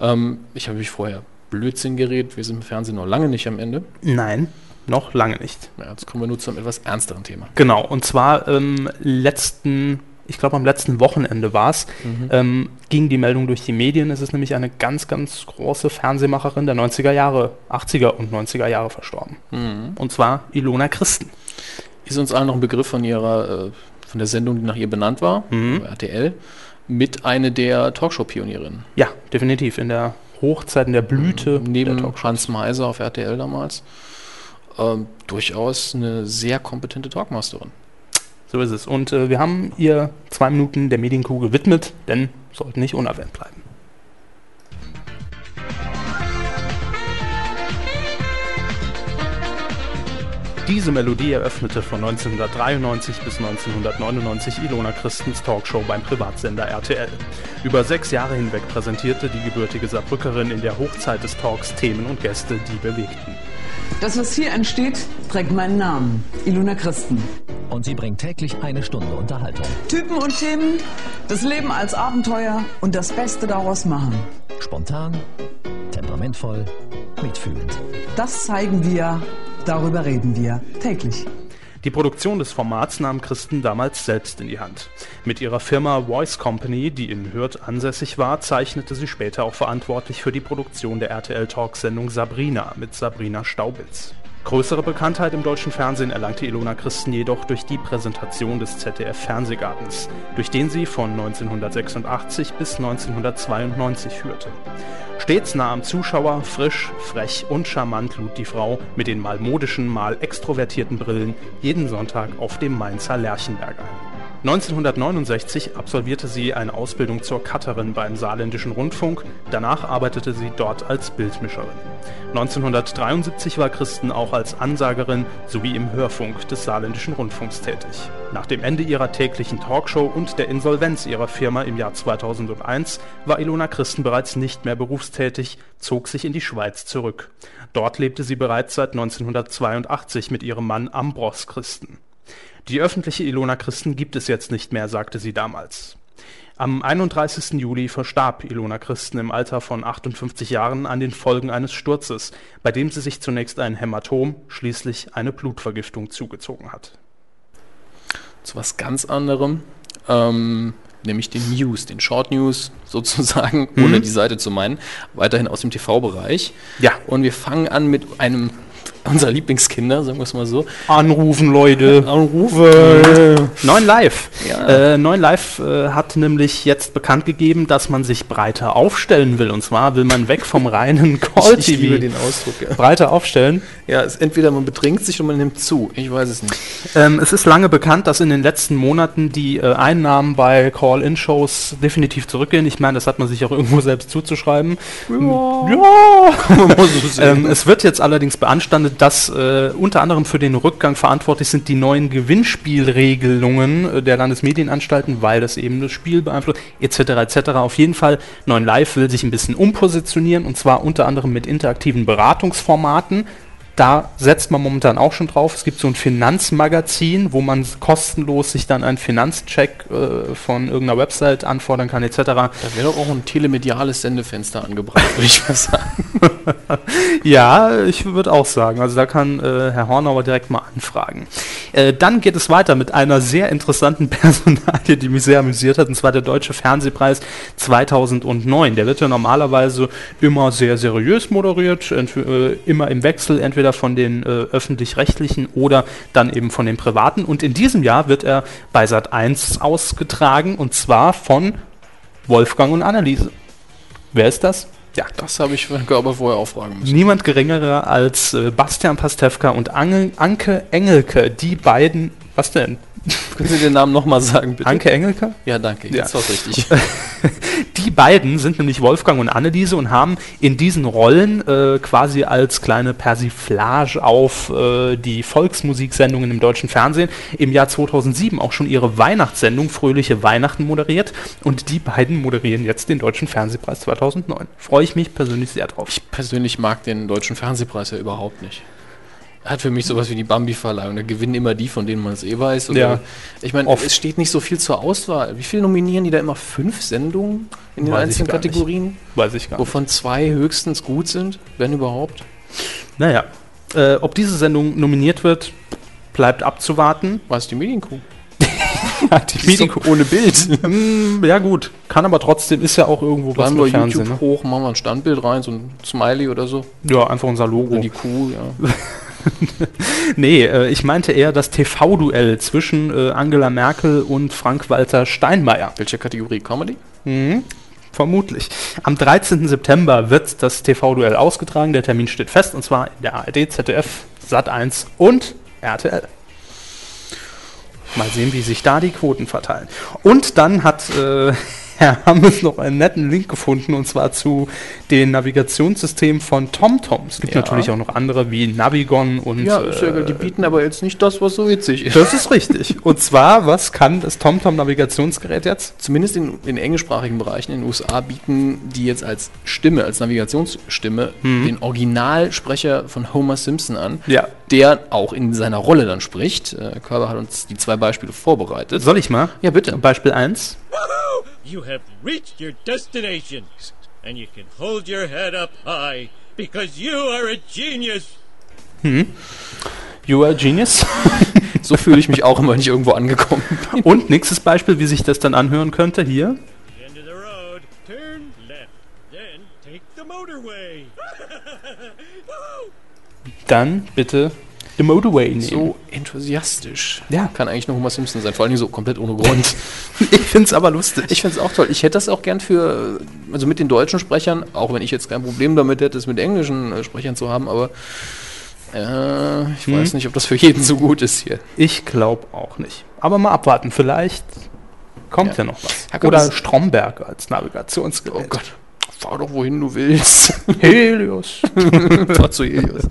Ähm, ich habe mich vorher Blödsinn geredet. Wir sind im Fernsehen noch lange nicht am Ende. Nein, noch lange nicht. Ja, jetzt kommen wir nur zu einem etwas ernsteren Thema. Genau, und zwar ähm, letzten, ich glaube am letzten Wochenende war es, ähm, ging die Meldung durch die Medien. Es ist nämlich eine ganz, ganz große Fernsehmacherin der 90er Jahre, 80er und 90er Jahre verstorben. Und zwar Ilona Christen. Mhm. Ist uns allen noch ein Begriff von ihrer, äh, von der Sendung, die nach ihr benannt war, Mhm. über RTL, mit eine der Talkshow-Pionierinnen. Ja, definitiv. In der Hochzeit, in der Blüte der Neben Talkshow. Hans Meiser auf RTL damals. Ähm, durchaus eine sehr kompetente Talkmasterin. So ist es. Und äh, wir haben ihr zwei Minuten der Medienkuh gewidmet, denn sollten nicht unerwähnt bleiben. Diese Melodie eröffnete von 1993 bis 1999 Ilona Christens Talkshow beim Privatsender RTL. Über sechs Jahre hinweg präsentierte die gebürtige Saarbrückerin in der Hochzeit des Talks Themen und Gäste, die bewegten. Das, was hier entsteht, trägt meinen Namen. Ilona Christen. und sie bringt täglich eine Stunde Unterhaltung. Typen und Themen, das Leben als Abenteuer und das Beste daraus machen. Spontan, temperamentvoll, mitfühlend. Das zeigen wir, darüber reden wir täglich. Die Produktion des Formats nahm Christen damals selbst in die Hand. Mit ihrer Firma Voice Company, die in Hürth ansässig war, zeichnete sie später auch verantwortlich für die Produktion der RTL-Talksendung Sabrina mit Sabrina Staubitz. Größere Bekanntheit im deutschen Fernsehen erlangte Ilona Christen jedoch durch die Präsentation des ZDF-Fernsehgartens, durch den sie von 1986 bis 1992 führte. Stets nah am Zuschauer, frisch, frech und charmant lud die Frau mit den mal modischen, mal extrovertierten Brillen jeden Sonntag auf dem Mainzer Lerchenberg ein. 1969 absolvierte sie eine Ausbildung zur Cutterin beim Saarländischen Rundfunk, danach arbeitete sie dort als Bildmischerin. 1973 war Christen auch als Ansagerin sowie im Hörfunk des Saarländischen Rundfunks tätig. Nach dem Ende ihrer täglichen Talkshow und der Insolvenz ihrer Firma im Jahr 2001 war Ilona Christen bereits nicht mehr berufstätig, zog sich in die Schweiz zurück. Dort lebte sie bereits seit 1982 mit ihrem Mann Ambros Christen. Die öffentliche Ilona Christen gibt es jetzt nicht mehr, sagte sie damals. Am 31. Juli verstarb Ilona Christen im Alter von 58 Jahren an den Folgen eines Sturzes, bei dem sie sich zunächst ein Hämatom, schließlich eine Blutvergiftung zugezogen hat. zu was ganz anderem, ähm, nämlich den News, den Short News sozusagen, ohne die Seite zu meinen, weiterhin aus dem TV-Bereich. Ja. Und wir fangen an mit einem unserer Lieblingskinder, sagen wir es mal so. Anrufen, Leute! Anrufe! Neun Live. Ja. Äh, Neun Live äh, hat nämlich jetzt bekannt gegeben, dass man sich breiter aufstellen will. Und zwar will man weg vom reinen Call-TV. Ich, ich liebe den Ausdruck. Ja, breiter aufstellen. ja es, entweder man betrinkt sich oder man nimmt zu. Ich weiß es nicht. Ähm, es ist lange bekannt, dass in den letzten Monaten die äh, Einnahmen bei Call-In-Shows definitiv zurückgehen. Ich meine, das hat man sich auch irgendwo selbst zuzuschreiben. Ähm, es wird jetzt allerdings beanstandet, dass äh, unter anderem für den Rückgang verantwortlich sind die neuen Gewinnspielregelungen äh, der Landesmedienanstalten, weil das eben das Spiel beeinflusst, etc. etc. Auf jeden Fall, 9 Live will sich ein bisschen umpositionieren und zwar unter anderem mit interaktiven Beratungsformaten. Da setzt man momentan auch schon drauf. Es gibt so ein Finanzmagazin, wo man s- kostenlos sich dann einen Finanzcheck äh, von irgendeiner Website anfordern kann, etc. Da wäre doch auch ein telemediales Sendefenster angebracht, würde ich mal sagen. Ja, ich würde auch sagen. Also da kann äh, Herr Hornauer direkt mal anfragen. Äh, dann geht es weiter mit einer sehr interessanten Personalie, die mich sehr amüsiert hat, und zwar der Deutsche Fernsehpreis 2009. Der wird ja normalerweise immer sehr seriös moderiert, entf- äh, immer im Wechsel, entweder von den äh, öffentlich-rechtlichen oder dann eben von den privaten. Und in diesem Jahr wird er bei Sat 1 ausgetragen, und zwar von Wolfgang und Anneliese. Wer ist das? Ja, Das habe ich für den Körper vorher auffragen müssen. Niemand geringerer als äh, Bastian Pastewka und Ange, Anke Engelke, die beiden. Was denn? Können Sie den Namen nochmal sagen, bitte? Anke Engelke? Ja, danke. Ja. Jetzt war's richtig. Die Die beiden sind nämlich Wolfgang und Anneliese und haben in diesen Rollen äh, quasi als kleine Persiflage auf äh, die Volksmusiksendungen im deutschen Fernsehen im Jahr 2007 auch schon ihre Weihnachtssendung Fröhliche Weihnachten moderiert. Und die beiden moderieren jetzt den Deutschen Fernsehpreis 2009. Freue ich mich persönlich sehr drauf. Ich persönlich mag den deutschen Fernsehpreis ja überhaupt nicht. Hat für mich sowas wie die Bambi-Verleihung. Da gewinnen immer die, von denen man es eh weiß. Oder Ja. Ich meine, Oft. es steht nicht so viel zur Auswahl. Wie viel nominieren die da immer? Fünf Sendungen in den Weiß ich einzelnen gar nicht. Kategorien? Weiß ich gar Wovon zwei höchstens gut sind, wenn überhaupt. Naja, äh, ob diese Sendung nominiert wird, bleibt abzuwarten. Was die Medienkuh? Die ohne Bild. Mm, ja gut, kann aber trotzdem, ist ja auch irgendwo was Bleiben wir mit YouTube Fernsehen. Ne? hoch, machen wir ein Standbild rein, so ein Smiley oder so. Ja, einfach unser Logo. Oder die Kuh, ja. Nee, äh, ich meinte eher das TV-Duell zwischen äh, Angela Merkel und Frank-Walter Steinmeier. Welche Kategorie? Comedy? Vermutlich. Am 13. September wird das TV-Duell ausgetragen. Der Termin steht fest und zwar in der ARD, ZDF, SAT1 und RTL. Mal sehen, wie sich da die Quoten verteilen. Und dann hat äh, Herr Hammes noch einen netten Link gefunden und zwar zu den Navigationssystemen von TomTom. Es gibt Ja. natürlich auch noch andere wie Navigon und äh, Ja, ist ja egal, die bieten aber jetzt nicht das, was so witzig ist. Das ist richtig. Und zwar, was kann das TomTom-Navigationsgerät jetzt? Zumindest in, in englischsprachigen Bereichen in den USA bieten die jetzt als Stimme, als Navigationsstimme, den Originalsprecher von Homer Simpson an, Ja. der auch in seiner Rolle dann spricht. Äh, Körber hat uns die zwei Beispiele vorbereitet. Soll ich mal? Ja, bitte. Beispiel 1. You have reached your destination, and you can hold your head up high because you are a genius. You are a genius. So fühle ich mich auch immer, wenn ich irgendwo angekommen bin. Und nächstes Beispiel, wie sich das dann anhören könnte, hier. At the end of the road, turn left, then take the motorway. Dann bitte The Motorway nehmen. So enthusiastisch. Ja. Kann eigentlich nur Homer Simpson sein, vor allem so komplett ohne Grund. Ich find's aber lustig. ich finde es auch toll. Ich hätte das auch gern für, äh, also mit den deutschen Sprechern, auch wenn ich jetzt kein Problem damit hätte, es mit englischen äh, Sprechern zu haben, aber äh, ich Hm. weiß nicht, ob das für jeden so gut ist hier. Ich glaube auch nicht. Aber mal abwarten, vielleicht kommt Ja. ja, noch was. Herr Gott, Oder das- Stromberg als Navigationsgerät. oh fahr doch wohin du willst. Helios. fahr zu Helios.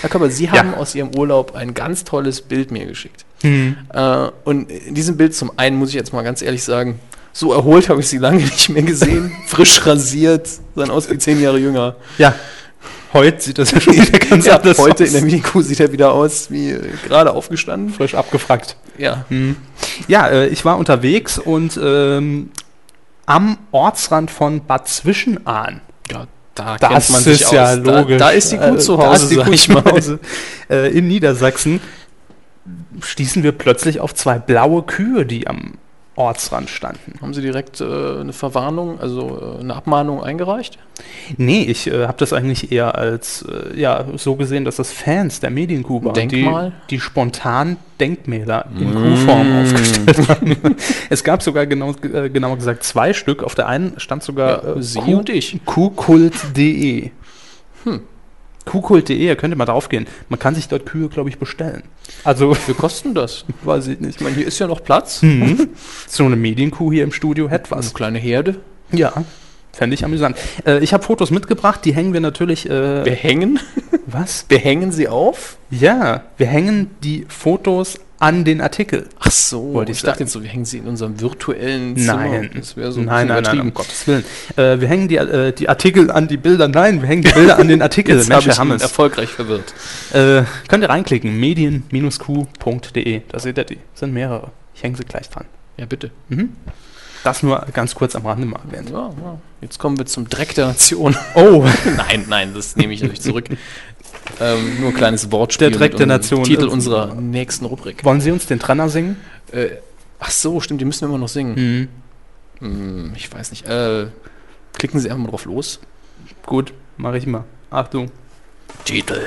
Herr Körper, Sie haben Ja. aus Ihrem Urlaub ein ganz tolles Bild mir geschickt. Hm. Äh, und in diesem Bild zum einen muss ich jetzt mal ganz ehrlich sagen, so erholt habe ich sie lange nicht mehr gesehen. Frisch rasiert, sahen aus wie zehn Jahre jünger. Ja. Heute sieht das ja schon wieder ganz Ja, anders heute aus. in der Medienkuh sieht er wieder aus wie äh, gerade aufgestanden. frisch abgefragt. Ja. Ja, äh, ich war unterwegs und ähm, am Ortsrand von Bad Zwischenahn. ja da Das ist ja logisch. Da, da ist die Kuh Äh, zu da Hause, ist die sag Kuh ich zu mal. Hause. Äh, in Niedersachsen stießen wir plötzlich auf zwei blaue Kühe, die am Ortsrand standen. Haben Sie direkt äh, eine Verwarnung, also äh, eine Abmahnung eingereicht? Nee, ich äh, habe das eigentlich eher als äh, ja so gesehen, dass das Fans der Medienkuh waren, Denkmal? Mm. die, die spontan Denkmäler in Kuhform aufgestellt haben. es gab sogar genau, äh, genauer gesagt zwei Stück. Auf der einen stand sogar äh, Sie Kuh- und ich. Kuhkult.de. Hm. Kuhkult.de, da könnt ihr mal draufgehen. Man kann sich dort Kühe, glaube ich, bestellen. Also, Hm. Wir kosten das. weiß ich nicht. Ich meine, hier ist ja noch Platz. So eine Medienkuh hier im Studio hätte Eine was. kleine Herde. Ja. Fände ich amüsant. Äh, ich habe Fotos mitgebracht, die hängen wir natürlich. Äh, Behängen. was? Behängen Sie auf? Ja, wir hängen die Fotos an den Artikel. Ach so, Wollte ich ich dachte sagen. jetzt so, wir hängen sie in unserem virtuellen Zimmer. Das wäre so ein bisschen nein, nein, nein, Also übertrieben. um Gottes Willen. Äh, wir hängen die, äh, die Artikel an die Bilder. Nein, wir hängen die Bilder an den Artikel. Jetzt habe wir ich haben ihn es. erfolgreich verwirrt. Äh, könnt ihr reinklicken, medien-q.de. Da seht ihr die. Sind mehrere. Ich hänge sie gleich dran. Ja, bitte. Mhm. Das nur ganz kurz am Rande mal erwähnt. Ja, ja. Jetzt kommen wir zum Dreck der Nation. Oh, nein, nein, das nehme ich natürlich zurück. ähm, nur ein kleines Wortspiel. Der Dreck mit der unserem Nation. Titel Das- unserer nächsten Rubrik. wollen Sie uns den Trenner singen? Äh, ach so, stimmt, die müssen wir immer noch singen. Mhm. Hm, ich weiß nicht. Äh, klicken Sie einfach mal drauf los. Gut, mache ich mal. Achtung. Titel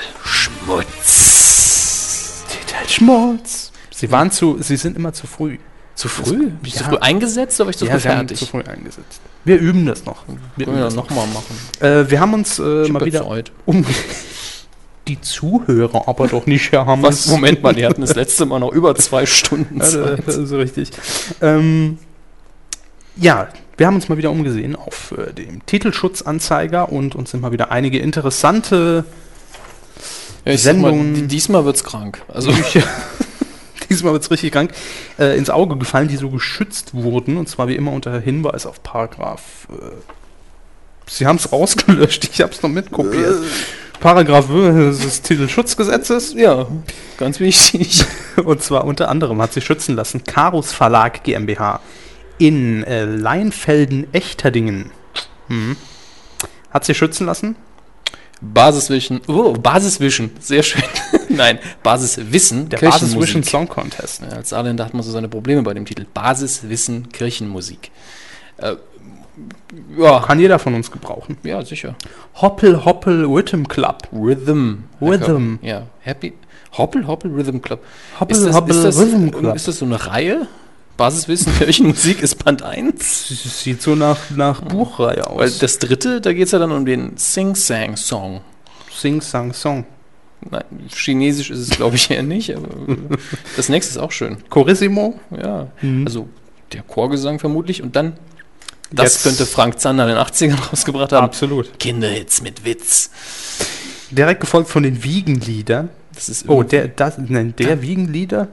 Schmutz. Titel Schmutz. Sie waren zu, Sie sind immer zu früh. Zu früh? Bin ich zu Ja. früh eingesetzt oder war ich zu Ja, früh Sie haben fertig? zu früh eingesetzt. Wir üben das noch. Wir, Können wir das das nochmal machen. noch. Äh, wir haben uns äh, Ich hab mal wieder Zeit. um die Zuhörer, aber doch nicht, Herr Hammers. Was? Moment mal, die hatten das letzte Mal noch über zwei Stunden Ja, Zeit. das ist richtig. Ähm, ja, Wir haben uns mal wieder umgesehen auf äh, dem Titelschutzanzeiger und uns sind mal wieder einige interessante Ja, ich sag mal, Sendungen- di- diesmal wird's krank. Also Bücher, diesmal wird's richtig krank, äh, ins Auge gefallen, die so geschützt wurden. Und zwar wie immer unter Hinweis auf Paragraph. Äh, Sie haben's rausgelöscht, ich hab's noch mitkopiert. Äh. Paragraph äh, des Titelschutzgesetzes. ja, ganz wichtig. Und zwar unter anderem hat sie schützen lassen Karus Verlag GmbH in äh, Leinfelden-Echterdingen. Hm. Hat sie schützen lassen? Basiswischen, oh, Basiswischen, sehr schön. Nein, Basiswissen, Der Kirchenmusik. Basiswischen Song Contest. Ja, Als Saarländer hat man so seine Probleme bei dem Titel. Basiswissen, Kirchenmusik. Äh, ja, Kann jeder von uns gebrauchen. ja, sicher. Hoppel Hoppel Rhythm Club. Rhythm. Rhythm. Ja, Happy. Hoppel, Hoppel, Rhythm Club. Hoppel, Hoppel, ist das, Rhythm Club. Ist das so eine Reihe? Basiswissen, Kirchenmusik ist Band 1. Sie- Sieht so nach, nach Buchreihe aus. Mhm. Weil das dritte, da geht es ja dann um den Sing-Sang-Song. Sing, Sang, Song. Nein, Chinesisch ist es, glaube ich, eher nicht, aber das nächste ist auch schön. Chorissimo. Ja. Mhm. Also der Chorgesang vermutlich und dann, das Jetzt- könnte Frank Zander in den 80ern rausgebracht haben. Absolut. Kinderhits mit Witz. Direkt gefolgt von den Wiegenliedern. Das ist Oh, irgendwie- der, das, nein, der Wiegenlieder?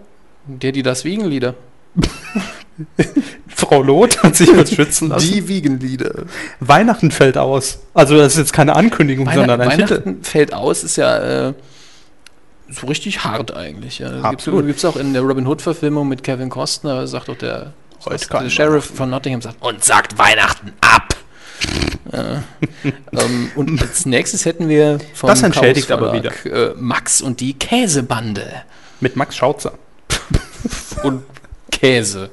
der, die das Wiegenlieder. Frau Loth hat sich jetzt schützen lassen. Wiegenlieder. Weihnachten fällt aus. Also das ist jetzt keine Ankündigung, sondern ein Titel. Weihnachten fällt aus, ist ja äh, so richtig hart eigentlich. Ja. Absolut. Gibt es auch in der Robin Hood-Verfilmung mit Kevin Costner, sagt doch der, Heute sagt kann der Sheriff von Nottingham sagt, und sagt Weihnachten ab. Ja. ähm, und als nächstes hätten wir von Das entschädigt aber wieder. Äh, Max und die Käsebande. Mit Max Schautzer. und Käse.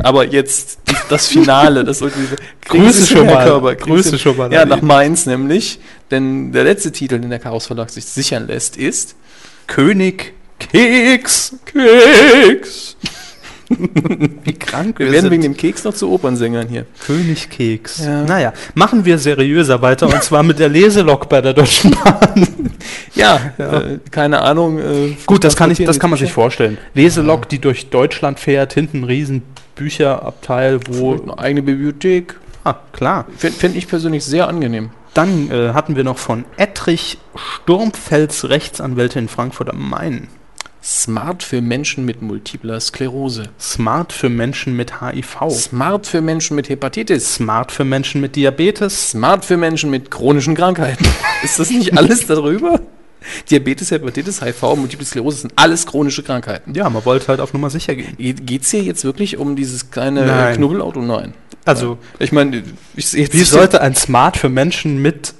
Aber jetzt die- das Finale, das sollte Grüße schon mal, Grüße Grüße schon mal Ja, an nach ihn. Mainz nämlich, denn der letzte Titel, den der Chaos Verlag sich sichern lässt, ist König Keks. Keks. Wie krank Wir werden wegen dem Keks noch zu Opernsängern hier. König Keks. Ja. Naja, machen wir seriöser weiter und zwar mit der Leselok bei der Deutschen Bahn. Ja, Äh, keine Ahnung. Äh, Gut, das kann, ich, transportieren das kann man die sich vorstellen. Leselok, die durch Deutschland fährt, hinten ein riesen Bücherabteil, Bücher. wo... Eine eigene Bibliothek. Ah, klar. Finde find ich persönlich sehr angenehm. Dann äh, hatten wir noch von Ettrich Sturmfels Rechtsanwälte in Frankfurt am Main. Smart für Menschen mit multipler Sklerose. Smart für Menschen mit HIV. Smart für Menschen mit Hepatitis. Smart für Menschen mit Diabetes. Smart für Menschen mit chronischen Krankheiten. Ist das nicht alles darüber? Diabetes, Hepatitis, HIV, Multiple Sklerose sind alles chronische Krankheiten. Ja, man wollte halt auf Nummer sicher gehen. Ge- Geht's hier jetzt wirklich um dieses kleine Nein. Knubbelauto? Nein. Also, Ich meine, ich sehe jetzt wie sollte ein Smart für Menschen mit...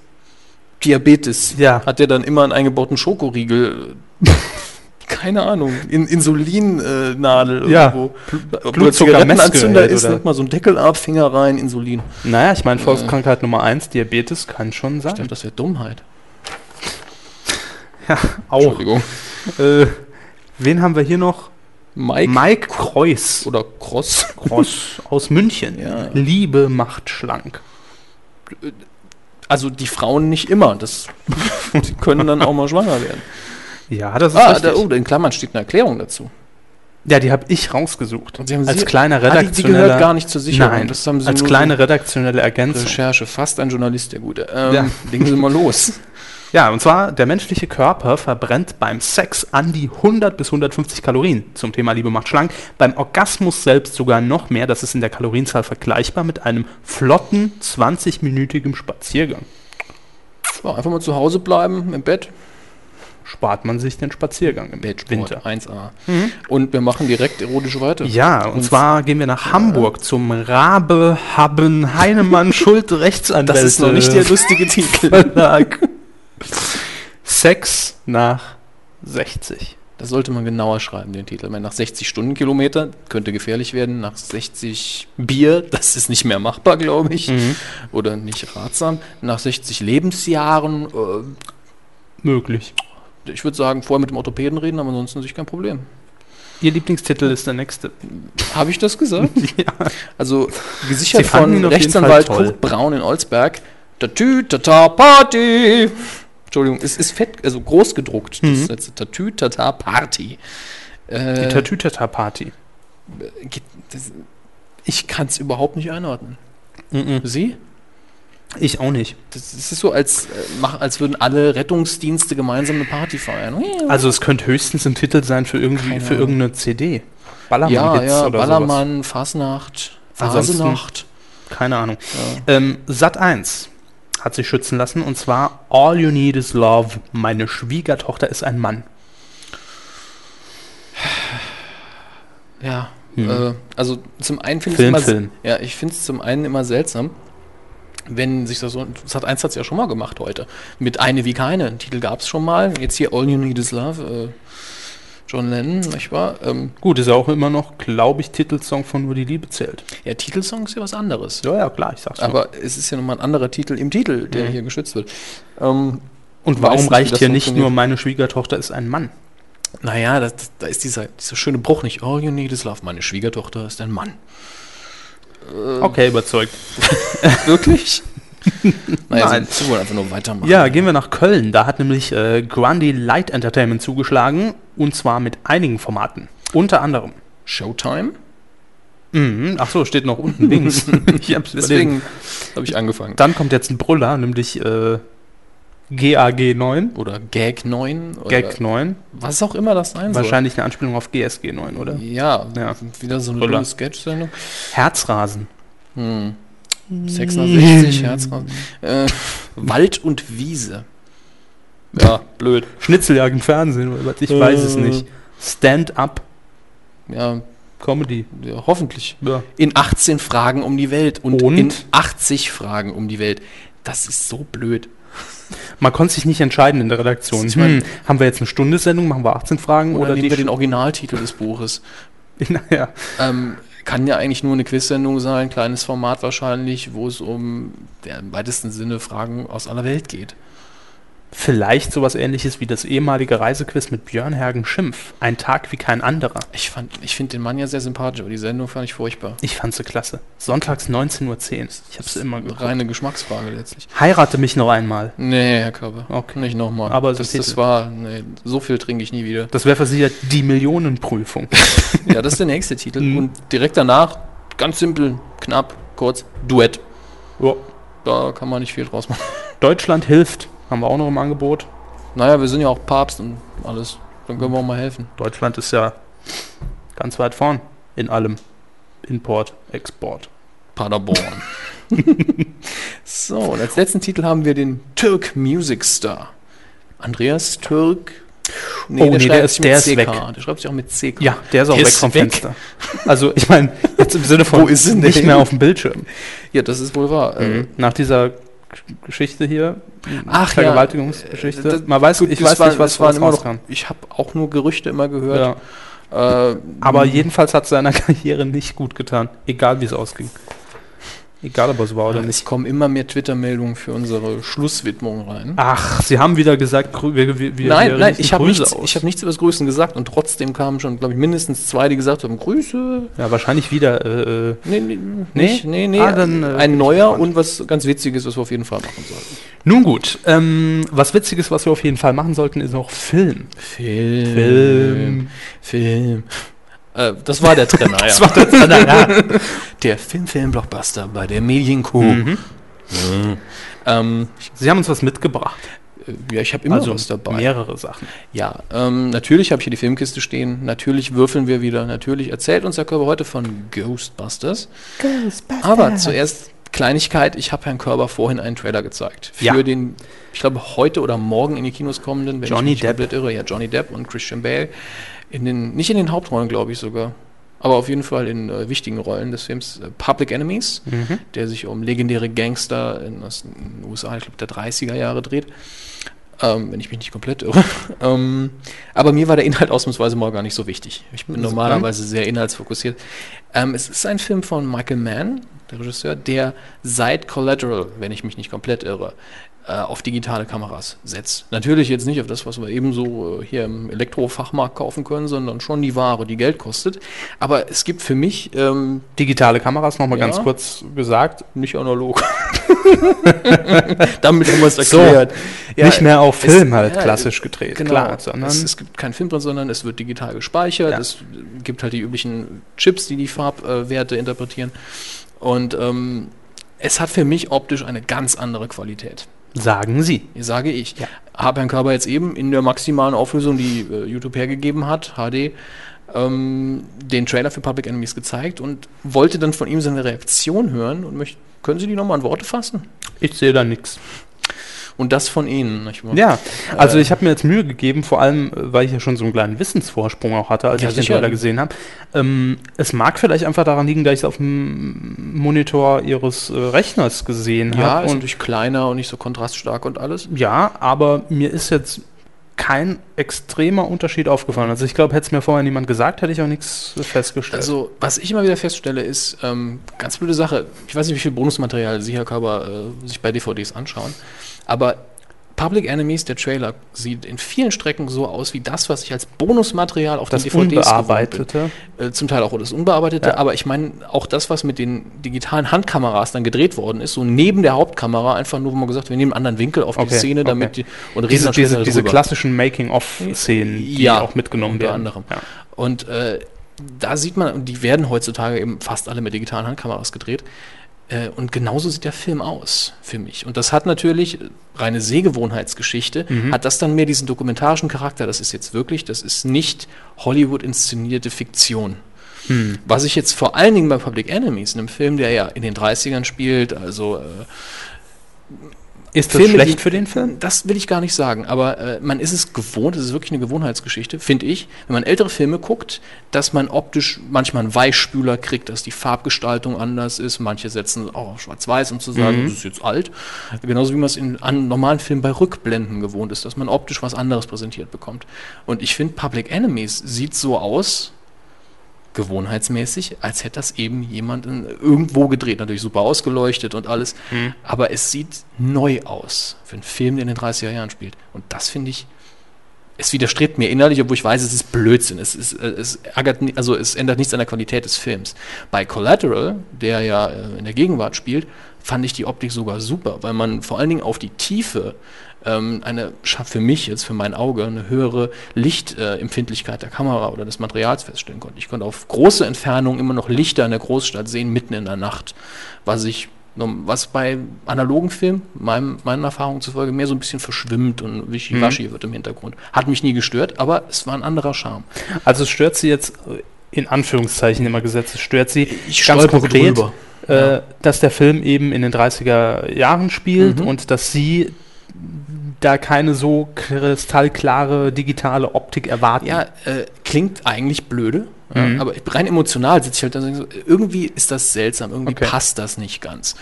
Diabetes? Ja. Hat der dann immer einen eingebauten Schokoriegel? Keine Ahnung. In Insulinnadel Ja. irgendwo. Ob Blutzuckermessgerät Zigarettenanzünder ist, oder- nimmt mal so einen Deckel ab, Finger rein, Insulin. Naja, ich meine, Volkskrankheit Nummer 1, Diabetes, kann schon Ich dachte, sein. das wäre Dummheit. Auch. Entschuldigung. Äh, wen haben wir hier noch? Mike Mike Kreuz. oder Cross. Ross aus München. Ja. Liebe macht schlank. Also die Frauen nicht immer. Das, die können dann auch mal schwanger werden. Ja, das ist Ah, richtig. da, oh, in Klammern steht eine Erklärung dazu. Ja, die habe ich rausgesucht. Sie haben als sie- kleiner Ah, die, die redaktioneller gehört gar nicht zur Sicherung. Nein, das haben sie als nur kleine redaktionelle Ergänzung. Recherche. Fast ein Journalist, der Gute. Ähm, Ja. Legen Sie mal los. Ja, und zwar der menschliche Körper verbrennt beim Sex an die 100 bis 150 Kalorien. Zum Thema Liebe macht schlank. Beim Orgasmus selbst sogar noch mehr. Das ist in der Kalorienzahl vergleichbar mit einem flotten 20-minütigen Spaziergang. Ja, einfach mal zu Hause bleiben, im Bett. Spart man sich den Spaziergang im Sport, Winter. Mhm. 1a. Und wir machen direkt erotisch weiter. Ja, und, zwar gehen wir nach Hamburg zum Rabe Haben Heinemann Schuld Rechtsanwälte. Das ist noch nicht der lustige Titel. Verlag. Sex nach 60. Das sollte man genauer schreiben, den Titel. Ich meine, nach 60 Stundenkilometer könnte gefährlich werden. Nach 60 Bier, das ist nicht mehr machbar, glaube Mhm. ich. Oder nicht ratsam. Nach 60 Lebensjahren, äh, Möglich. ich würde sagen, vorher mit dem Orthopäden reden, aber ansonsten sich kein Problem. Ihr Lieblingstitel ist der nächste. Habe ich das gesagt? Also Sie gesichert fanden ihn von auf jeden Rechtsanwalt Fall toll. Kurt Braun in Olsberg. Tatü, tata, Party. Entschuldigung, es ist fett, also groß gedruckt. Das letzte Tatü, tata, Party. Mhm. Die Äh, Tatütata-Party. geht- das, Ich kann es überhaupt nicht einordnen. Mhm. Sie? Ich auch nicht. Das das ist so, als, äh, mach- als würden alle Rettungsdienste gemeinsam eine Party feiern. Also es könnte höchstens ein Titel sein für irgendwie Keine für Ahnung. irgendeine ja, CD. Ballermann-Hits ja, oder Ballermann, Fasnacht, Ansonsten- Phasenacht. sowas. Keine Ahnung. Ähm, Sat 1 hat sich schützen lassen und zwar All You Need Is Love. Meine Schwiegertochter ist ein Mann. Ja. Hm. Äh, also zum einen finde ich Film, immer se- Film. ja, ich finde es zum einen immer seltsam, wenn sich das so das hat eins hat's ja schon mal gemacht heute mit eine wie keine. Einen Titel gab es schon mal. Jetzt hier All You Need Is Love. Äh, John Lennon, nicht wahr? Ähm, Gut, ist ja auch immer noch, glaube ich, Titelsong von Nur die Liebe zählt. ja, Titelsong ist ja was anderes. Ja, ja, klar, ich sag's nur. Aber es ist ja nochmal ein anderer Titel im Titel, der Mhm. hier geschützt wird. Ähm, weiß Und warum nicht, wie reicht das hier nicht nur funktioniert. meine Schwiegertochter ist ein Mann? naja, das, das, da ist dieser, dieser schöne Bruch nicht. All you need is love. Meine Schwiegertochter ist ein Mann. Okay, überzeugt. Ähm. Wirklich? naja, Nein. Nein. Sie, sie wollen einfach nur weitermachen. Ja, gehen wir nach Köln. Da hat nämlich äh, Grundy Light Entertainment zugeschlagen und zwar mit einigen Formaten. Unter anderem. Showtime? Mhm. Ach so, steht noch unten links. ich hab's überlesen. Deswegen habe ich angefangen. Dann kommt jetzt ein Brüller, nämlich äh, GAG 9. Oder Gag 9 oder Gag 9. was auch immer das sein Wahrscheinlich eine Anspielung auf GSG 9, oder? soll. Also. Ja, Ja. wieder so eine Brüller. dumme Sketch-Sendung. Herzrasen. Hm. 660 Herz raus. Äh, Wald und Wiese. Ja, blöd. Schnitzeljagd im Fernsehen, oder was? Ich weiß es Äh. nicht. Stand-up Ja, Comedy. ja, hoffentlich. Ja. In 18 Fragen um die Welt und, Und? in 80 Fragen um die Welt. Das ist so blöd. Man konnte sich nicht entscheiden in der Redaktion. Ich mein- Hm, haben wir jetzt eine Stunde Sendung, machen wir 18 Fragen Oder, oder, nehmen die wir den Originaltitel des Buches. Naja, Ähm, kann ja eigentlich nur eine Quiz-Sendung sein, kleines Format wahrscheinlich, wo es um ja, im weitesten Sinne Fragen aus aller Welt geht. vielleicht sowas ähnliches wie das ehemalige Reisequiz mit Björn Hergen Schimpf. Ein Tag wie kein anderer. Ich, fand- ich finde den Mann ja sehr sympathisch, aber die Sendung fand ich furchtbar. Ich fand sie klasse. Sonntags 19.10 Uhr. Ich hab's immer geguckt. Reine Geschmacksfrage letztlich. Heirate mich noch einmal. Nee, Herr Körber. Okay. Nicht nochmal. Aber es das, ist Titel. das war, nee, so viel trinke ich nie wieder. Das wäre versichert die Millionenprüfung. Ja, das ist der nächste Titel. Mhm. Und direkt danach, ganz simpel, knapp, kurz, Duett. Ja. Da kann man nicht viel draus machen. Deutschland hilft. Haben wir auch noch im Angebot. Naja, wir sind ja auch Papst und alles. Dann können wir auch mal helfen. Deutschland ist ja ganz weit vorn in allem. Import, Export. Paderborn. so, und als letzten Titel haben wir den Türk Music Star. Andreas Türk. Nee, Oh, nee, der schreibt ist- sich mit der ist CK. weg. Der schreibt sich auch mit CK. Ja, der ist auch Der weg ist vom weg. Fenster. Also ich meine, jetzt im Sinne von Wo ist denn der nicht mehr hin? auf dem Bildschirm. Ähm, ja, das ist wohl Mhm. wahr. Äh, Nach dieser G- Geschichte hier, Ach, ja. Vergewaltigungsgeschichte. Äh, das- Man weiß, ich das weiß war- nicht, was das waren was immer noch, rauskam. Ich habe auch nur Gerüchte immer Ja. gehört. Äh, Aber jedenfalls hat es seiner Karriere nicht gut getan. Egal wie es ausging. Egal ob es war oder ja, nicht. es kommen immer mehr Twitter-Meldungen für unsere Schlusswidmung rein. Ach, sie haben wieder gesagt, grü- wir, Ah, wir, wir nein, wir nein, richten ich habe Grüße nichts, aus. ich hab nichts über das Grüßen gesagt und trotzdem kamen schon, glaube ich, mindestens zwei, die gesagt haben, Grüße. Ja, wahrscheinlich wieder. Äh, äh, Nee, nee, nicht, nee, nee. Ah, dann, äh, bin ein ich neuer gespannt. und was ganz Witziges, was wir auf jeden Fall machen sollten. nun gut, ähm, was Witziges, was wir auf jeden Fall machen sollten, ist auch Film. Film. Film. Film. Äh, das war der Trenner, ja. war das, ja. Der Film-Film-Blockbuster bei der Medienkuh. Mhm. Ähm, Sie haben uns was mitgebracht. Also äh, ja, ich habe immer was dabei. mehrere Sachen. Ja, ähm, natürlich habe ich hier die Filmkiste stehen, natürlich würfeln wir wieder, natürlich erzählt uns der Körper heute von Ghostbusters. Ghostbusters. Aber zuerst Kleinigkeit, ich habe Herrn Körber vorhin einen Trailer gezeigt. Für Ja. den, ich glaube, heute oder morgen in die Kinos kommenden, wenn Johnny ich mich nicht Depp. komplett irre, ja, Johnny Depp und Christian Bale. In den, nicht in den Hauptrollen, glaube ich sogar. Aber auf jeden Fall in äh, wichtigen Rollen des Films äh, Public Enemies, der sich um legendäre Gangster in, aus den USA, ich glaube, der 30er Jahre dreht. Ähm, wenn ich mich nicht komplett irre. ähm, aber mir war der Inhalt ausnahmsweise mal gar nicht so wichtig. Ich bin Super. normalerweise sehr inhaltsfokussiert. Ähm, es ist ein Film von Michael Mann, der Regisseur, der seit Collateral, wenn ich mich nicht komplett irre, äh, auf digitale Kameras setzt. Natürlich jetzt nicht auf das, was wir eben so äh, hier im Elektrofachmarkt kaufen können, sondern schon die Ware, die Geld kostet. Aber es gibt für mich ähm, Digitale Kameras, nochmal Ja. ganz kurz gesagt. nicht analog. Damit haben wir es So. erklärt. Ja, nicht mehr auf es- Film halt ja, klassisch gedreht, Genau. klar. Sondern es, es gibt keinen Film drin, sondern es wird digital gespeichert. Ja. Es gibt halt die üblichen Chips, die die Farbwerte interpretieren. Und ähm, es hat für mich optisch eine ganz andere Qualität. sagen sie. Sage ich. Ja. Habe Herrn Körber jetzt eben in der maximalen Auflösung, die äh, YouTube hergegeben hat, HD, ähm, den Trailer für Public Enemies gezeigt und wollte dann von ihm seine Reaktion hören und möchte, können Sie die nochmal in Worte fassen? Ich sehe da nichts. Und das von Ihnen. Nicht wahr? Ja, also ich habe mir jetzt Mühe gegeben, vor allem, äh, weil ich ja schon so einen kleinen Wissensvorsprung auch hatte, als Ja, ich den sicher. Trailer gesehen habe. Ähm, es mag vielleicht einfach daran liegen, dass ich es auf dem Monitor ihres äh, Rechners gesehen Ja, habe. ist natürlich kleiner und nicht so kontraststark und alles. Ja, aber mir ist jetzt kein extremer Unterschied aufgefallen. Also ich glaube, hätte es mir vorher niemand gesagt, hätte ich auch nichts äh, festgestellt. Also, was ich immer wieder feststelle, ist, ähm, ganz blöde Sache, ich weiß nicht, wie viel Bonusmaterial Sie, Herr Körber, äh, sich bei DVDs anschauen, aber Public Enemies, der Trailer, sieht in vielen Strecken so aus wie das, was ich als Bonusmaterial auf das den DVDs gewohnt bin. Unbearbeitete. Äh, zum Teil auch das Unbearbeitete, Ja. aber ich meine auch das, was mit den digitalen Handkameras dann gedreht worden ist, so neben der Hauptkamera, einfach nur, wo man gesagt hat, wir nehmen einen anderen Winkel auf die Okay, Szene, okay. damit die, und reden Diese, dann später diese, diese darüber. klassischen Making-of-Szenen, die Ja, auch mitgenommen unter werden. anderem. Ja. Und äh, da sieht man, und die werden heutzutage eben fast alle mit digitalen Handkameras gedreht. Äh, Und genauso sieht der Film aus für mich. Und das hat natürlich äh, reine Sehgewohnheitsgeschichte, hat das dann mehr diesen dokumentarischen Charakter. Das ist jetzt wirklich, das ist nicht Hollywood inszenierte Fiktion. Was ich jetzt vor allen Dingen bei Public Enemies, einem Film, der ja in den 30ern spielt, also äh, Ist das Filme, schlecht die- für den Film? das will ich gar nicht sagen, aber äh, man ist es gewohnt, es ist wirklich eine Gewohnheitsgeschichte, finde ich, wenn man ältere Filme guckt, dass man optisch manchmal einen Weichspüler kriegt, dass die Farbgestaltung anders ist. Manche setzen auch auf schwarz-weiß, um zu sagen, das ist jetzt alt. Genauso wie man es in an normalen Filmen bei Rückblenden gewohnt ist, dass man optisch was anderes präsentiert bekommt. Und ich finde, Public Enemies sieht so aus, gewohnheitsmäßig, als hätte das eben jemand in, irgendwo gedreht. Natürlich super ausgeleuchtet und alles. Aber es sieht neu aus für einen Film, der in den 30er Jahren spielt. Und das finde ich, es widerstrebt mir innerlich, obwohl ich weiß, es ist Blödsinn. Es, ist, äh, es, ärgert, ni- also es ändert nichts an der Qualität des Films. Bei Collateral, der ja äh, in der Gegenwart spielt, fand ich die Optik sogar super, weil man vor allen Dingen auf die Tiefe ähm, eine, scha- für mich jetzt, für mein Auge, eine höhere Lichtempfindlichkeit der Kamera oder des Materials feststellen konnte. Ich konnte auf große Entfernung immer noch Lichter in der Großstadt sehen, mitten in der Nacht, was ich norm- was bei analogen Filmen, meinem, meinen Erfahrungen zufolge, mehr so ein bisschen verschwimmt und wischiwaschi wird im Hintergrund. Hat mich nie gestört, aber es war ein anderer Charme. Also es stört sie jetzt, äh, in Anführungszeichen immer gesetzt, es stört sie Ich stolpere drüber. äh, dass der Film eben in den 30er Jahren spielt und dass sie da keine so kristallklare digitale Optik erwarten. Ja, äh, klingt eigentlich blöde, Mhm. ja, aber rein emotional sitze ich halt da und denke so, irgendwie ist das seltsam, irgendwie Okay. passt das nicht ganz.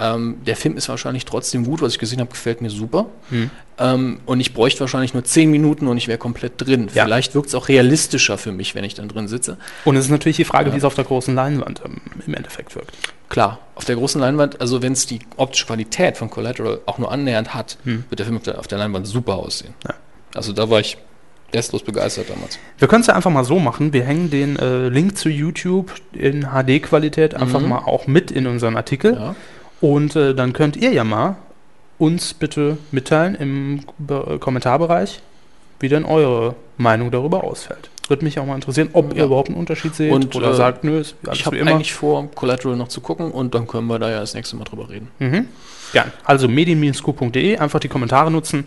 Ähm, der Film ist wahrscheinlich trotzdem gut, was ich gesehen habe, gefällt mir super. Mhm. Ähm, und ich bräuchte wahrscheinlich nur 10 Minuten und ich wäre komplett drin. Ja. Vielleicht wirkt es auch realistischer für mich, wenn ich dann drin sitze. Und es ist natürlich die Frage, wie es auf der großen Leinwand ähm, im Endeffekt wirkt. Klar, auf der großen Leinwand, also wenn es die optische Qualität von Collateral auch nur annähernd hat, Mhm. wird der Film auf der, auf der Leinwand super aussehen. Also da war ich restlos begeistert damals. Wir können es ja einfach mal so machen. Wir hängen den äh, Link zu YouTube in HD-Qualität einfach mal auch mit in unseren Artikel. Mhm. Ja. Und äh, dann könnt ihr ja mal uns bitte mitteilen im Be äh, Kommentarbereich, wie denn eure Meinung darüber ausfällt. Würde mich auch mal interessieren, ob ihr Ja. überhaupt einen Unterschied seht Und, oder äh, sagt, nö, ist alles Ich wie habe immer. eigentlich vor, Collateral noch zu gucken und dann können wir da ja das nächste Mal drüber reden. Mhm. Gern. Also medien-q.de, einfach die Kommentare nutzen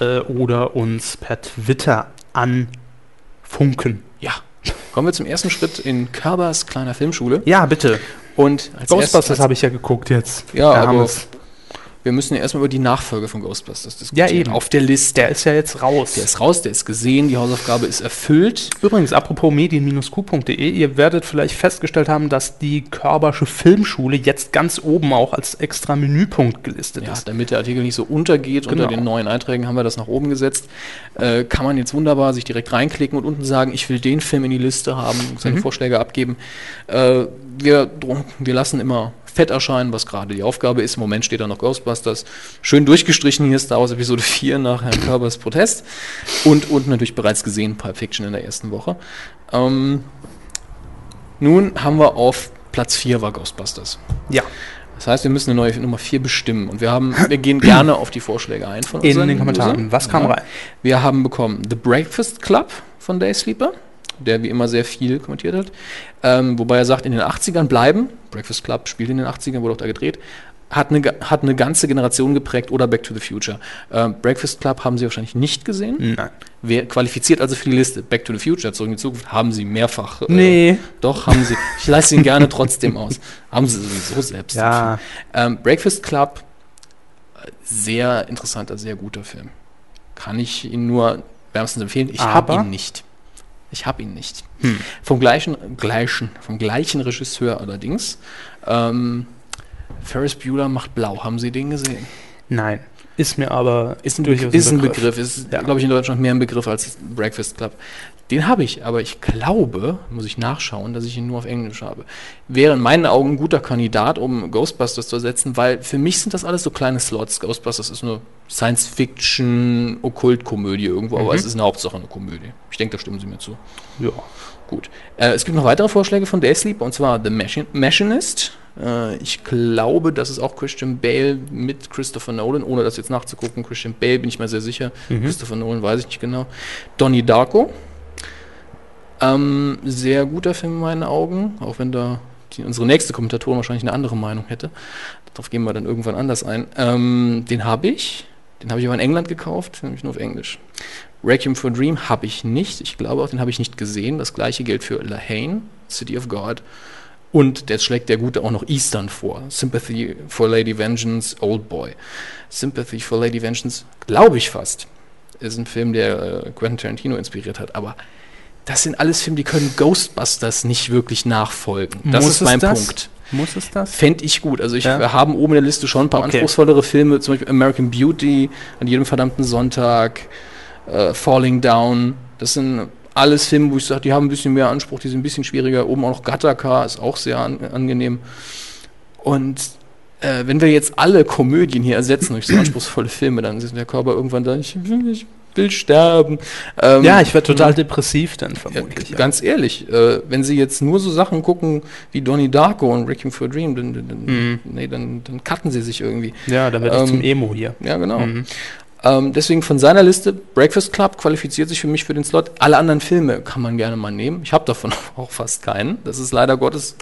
äh, oder uns per Twitter anfunken. Ja. Kommen wir zum ersten Schritt in Körbers kleiner Filmschule. Ja, bitte. Und als Ghostbusters erstes, habe ich ja geguckt jetzt. Ja, Da aber haben wir's. wir müssen ja erstmal über die Nachfolge von Ghostbusters diskutieren. eben. Auf der Liste. der ist ja jetzt raus. Der ist raus, der ist gesehen, die Hausaufgabe ist erfüllt. Übrigens, apropos medien-q.de, ihr werdet vielleicht festgestellt haben, dass die Körbersche Filmschule jetzt ganz oben auch als extra Menüpunkt gelistet Ja, ist. damit der Artikel nicht so untergeht unter Genau. den neuen Einträgen, haben wir das nach oben gesetzt. Äh, kann man jetzt wunderbar sich direkt reinklicken und unten sagen, ich will den Film in die Liste haben, seine Vorschläge abgeben. Äh, wir, drum- wir lassen immer fett erscheinen, was gerade die Aufgabe ist. Im Moment steht da noch Ghostbusters. Schön durchgestrichen hier Star Wars Episode 4 nach Herrn Körbers Protest. Und, und natürlich bereits gesehen Pulp Fiction in der ersten Woche. Ähm, nun haben wir auf Platz 4 war Ghostbusters. Ja. Das heißt, wir müssen eine neue Nummer 4 bestimmen. Und wir haben, wir gehen gerne auf die Vorschläge ein von In unseren den Kommentaren. Usern. Was kam rein? Wir haben bekommen The Breakfast Club von Day Sleeper, der wie immer sehr viel kommentiert hat. Ähm, wobei er sagt, in den 80ern bleiben. Breakfast Club spielt in den 80ern, wurde auch da gedreht. Hat eine, ga- hat eine ganze Generation geprägt oder Back to the Future. Ähm, Breakfast Club haben Sie wahrscheinlich nicht gesehen. Nein. Wer qualifiziert also für die Liste? Back to the Future, zurück in die Zukunft, haben Sie mehrfach. äh, Nee. Doch, haben Sie. Ich leiste ihn gerne trotzdem aus. Haben Sie sowieso selbst. Ja. Ähm, Breakfast Club, äh, sehr interessanter, sehr guter Film. Kann ich Ihnen nur wärmstens empfehlen. Ich habe Aber? Hm. ihn nicht. Ich habe ihn nicht. Vom gleichen, gleichen, vom gleichen Regisseur allerdings. Ähm, Ferris Bueller macht blau. Haben Sie den gesehen? Nein. Ist mir aber Ist ein, Begriff, ist ein Begriff. Ist, Ja. glaube ich, in Deutschland mehr ein Begriff als Breakfast Club. Den habe ich, aber ich glaube, muss ich nachschauen, dass ich ihn nur auf Englisch habe. Wäre in meinen Augen ein guter Kandidat, um Ghostbusters zu ersetzen, weil für mich sind das alles so kleine Slots. Ghostbusters ist eine Science-Fiction, Okkultkomödie irgendwo, aber es ist eine Hauptsache eine Komödie. Ich denke, da stimmen Sie mir zu. Ja. Gut. Äh, es gibt noch weitere Vorschläge von Daysleep, und zwar The Machin Machinist. Äh, ich glaube, das ist auch Christian Bale mit Christopher Nolan, ohne das jetzt nachzugucken. Christian Bale bin ich mir sehr sicher. Christopher Nolan weiß ich nicht genau. Donnie Darko. Ähm, sehr guter Film in meinen Augen, auch wenn da die, unsere nächste Kommentatorin wahrscheinlich eine andere Meinung hätte. Darauf gehen wir dann irgendwann anders ein. Ähm, den habe ich. Den habe ich aber in England gekauft, nämlich nur auf Englisch. Requiem for a Dream habe ich nicht. Ich glaube auch, den habe ich nicht gesehen. Das gleiche gilt für Lahane, City of God. Und der schlägt der Gute auch noch Eastern vor. Sympathy for Lady Vengeance, Old Boy. Sympathy for Lady Vengeance, glaube ich fast, ist ein Film, der äh, Quentin Tarantino inspiriert hat. Aber das sind alles Filme, die können Ghostbusters nicht wirklich nachfolgen. Das Muss ist es mein das? Punkt. Muss es das? Fände ich gut. Also ich, Ja. wir haben oben in der Liste schon ein paar Okay. anspruchsvollere Filme, zum Beispiel American Beauty, an jedem verdammten Sonntag, äh, Falling Down. Das sind alles Filme, wo ich sage, die haben ein bisschen mehr Anspruch, die sind ein bisschen schwieriger. Oben auch noch Gattaca ist auch sehr an, angenehm. Und äh, wenn wir jetzt alle Komödien hier ersetzen durch so anspruchsvolle Filme, dann sitzt der Körper irgendwann da, ich will, ich will sterben. Ähm, Ja, ich werde total depressiv dann vermutlich. ja, ganz ehrlich, äh, wenn sie jetzt nur so Sachen gucken wie Donnie Darko und Requiem for a Dream, dann, dann, dann, Mhm. nee, dann, dann cutten sie sich irgendwie. ja dann werde ich Ähm, zum Emo hier. Ja, genau. Mhm. Ähm, deswegen von seiner Liste, Breakfast Club qualifiziert sich für mich für den Slot. Alle anderen Filme kann man gerne mal nehmen. Ich habe davon auch fast keinen. Das ist leider Gottes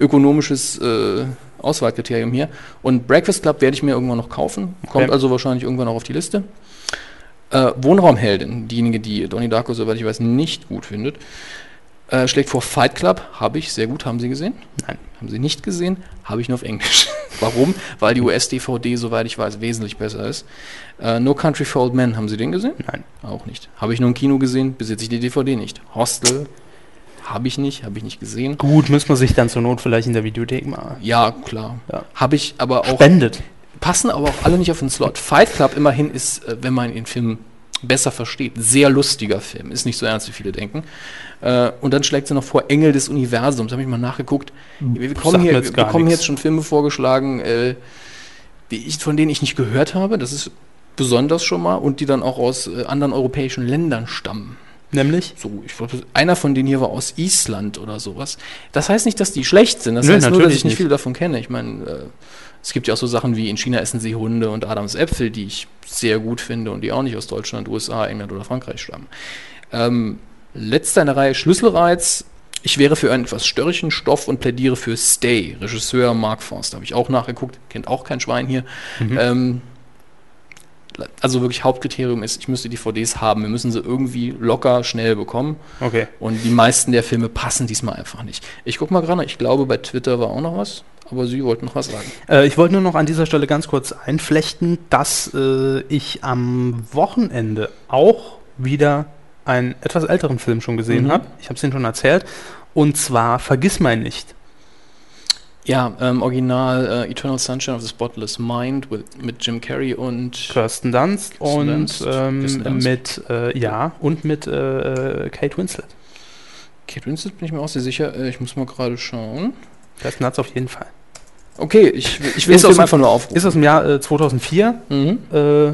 ökonomisches äh, Auswahlkriterium hier. Und Breakfast Club werde ich mir irgendwann noch kaufen. Kommt Okay. also wahrscheinlich irgendwann auch auf die Liste. Äh, Wohnraumheldin, diejenige, die Donnie Darko, soweit ich weiß, nicht gut findet, äh, schlägt vor Fight Club. Habe ich sehr gut, haben Sie gesehen? Nein. Haben Sie nicht gesehen? Habe ich nur auf Englisch. Warum? Weil die US-DVD, soweit ich weiß, wesentlich besser ist. Äh, no Country for Old Men, haben Sie den gesehen? Nein. Auch nicht. Habe ich nur im Kino gesehen, besitze ich die DVD nicht. Hostel habe ich nicht, habe ich nicht gesehen. Gut, müssen wir sich dann zur Not vielleicht in der Videothek mal. Ja, klar. Ja. Habe ich aber auch. Spendet. Passen aber auch alle nicht auf den Slot. Fight Club immerhin ist, äh, wenn man den Film besser versteht, sehr lustiger Film. Ist nicht so ernst, wie viele denken. Äh, Und dann schlägt sie noch vor Engel des Universums. Habe ich mal nachgeguckt. Wir bekommen, Hm, sagt mir hier, jetzt wir gar bekommen nichts. jetzt schon Filme vorgeschlagen, äh, die ich, von denen ich nicht gehört habe. Das ist besonders schon mal. Und die dann auch aus äh, anderen europäischen Ländern stammen. Nämlich? So, ich glaube, einer von denen hier war aus Island oder sowas. Das heißt nicht, dass die schlecht sind. Das Nö, heißt nur, dass natürlich ich nicht nicht. viele davon kenne. Ich meine, äh, es gibt ja auch so Sachen wie in China essen sie Hunde und Adams Äpfel, die ich sehr gut finde und die auch nicht aus Deutschland, USA, England oder Frankreich stammen. Ähm, letzter in der Reihe Schlüsselreiz. Ich wäre für einen etwas störrischen Stoff und plädiere für Stay. Regisseur Mark Forster habe ich auch nachgeguckt, kennt auch kein Schwein hier. Mhm. Ähm, also wirklich Hauptkriterium ist, ich müsste die DVDs haben. Wir müssen sie irgendwie locker, schnell bekommen. Okay. Und die meisten der Filme passen diesmal einfach nicht. Ich guck mal gerade, ich glaube, bei Twitter war auch noch was, aber Sie wollten noch was sagen. Äh, ich wollte nur noch an dieser Stelle ganz kurz einflechten, dass äh, ich am Wochenende auch wieder einen etwas älteren Film schon gesehen Mhm. habe. Ich habe es Ihnen schon erzählt. Und zwar Vergiss mein nicht. Ja, ähm, Original äh, Eternal Sunshine of the Spotless Mind with, mit Jim Carrey und Kirsten Dunst Kirsten und Dunst, Kirsten ähm, Dunst. mit äh, ja und mit äh, äh, Kate Winslet. Kate Winslet, bin ich mir auch sehr sicher. Äh, ich muss mal gerade schauen. Kirsten hat es auf jeden Fall. Okay, ich, ich will Ist es aus uns dem- einfach nur aufrufen. Ist aus dem Jahr äh, 2004. Mhm. Äh,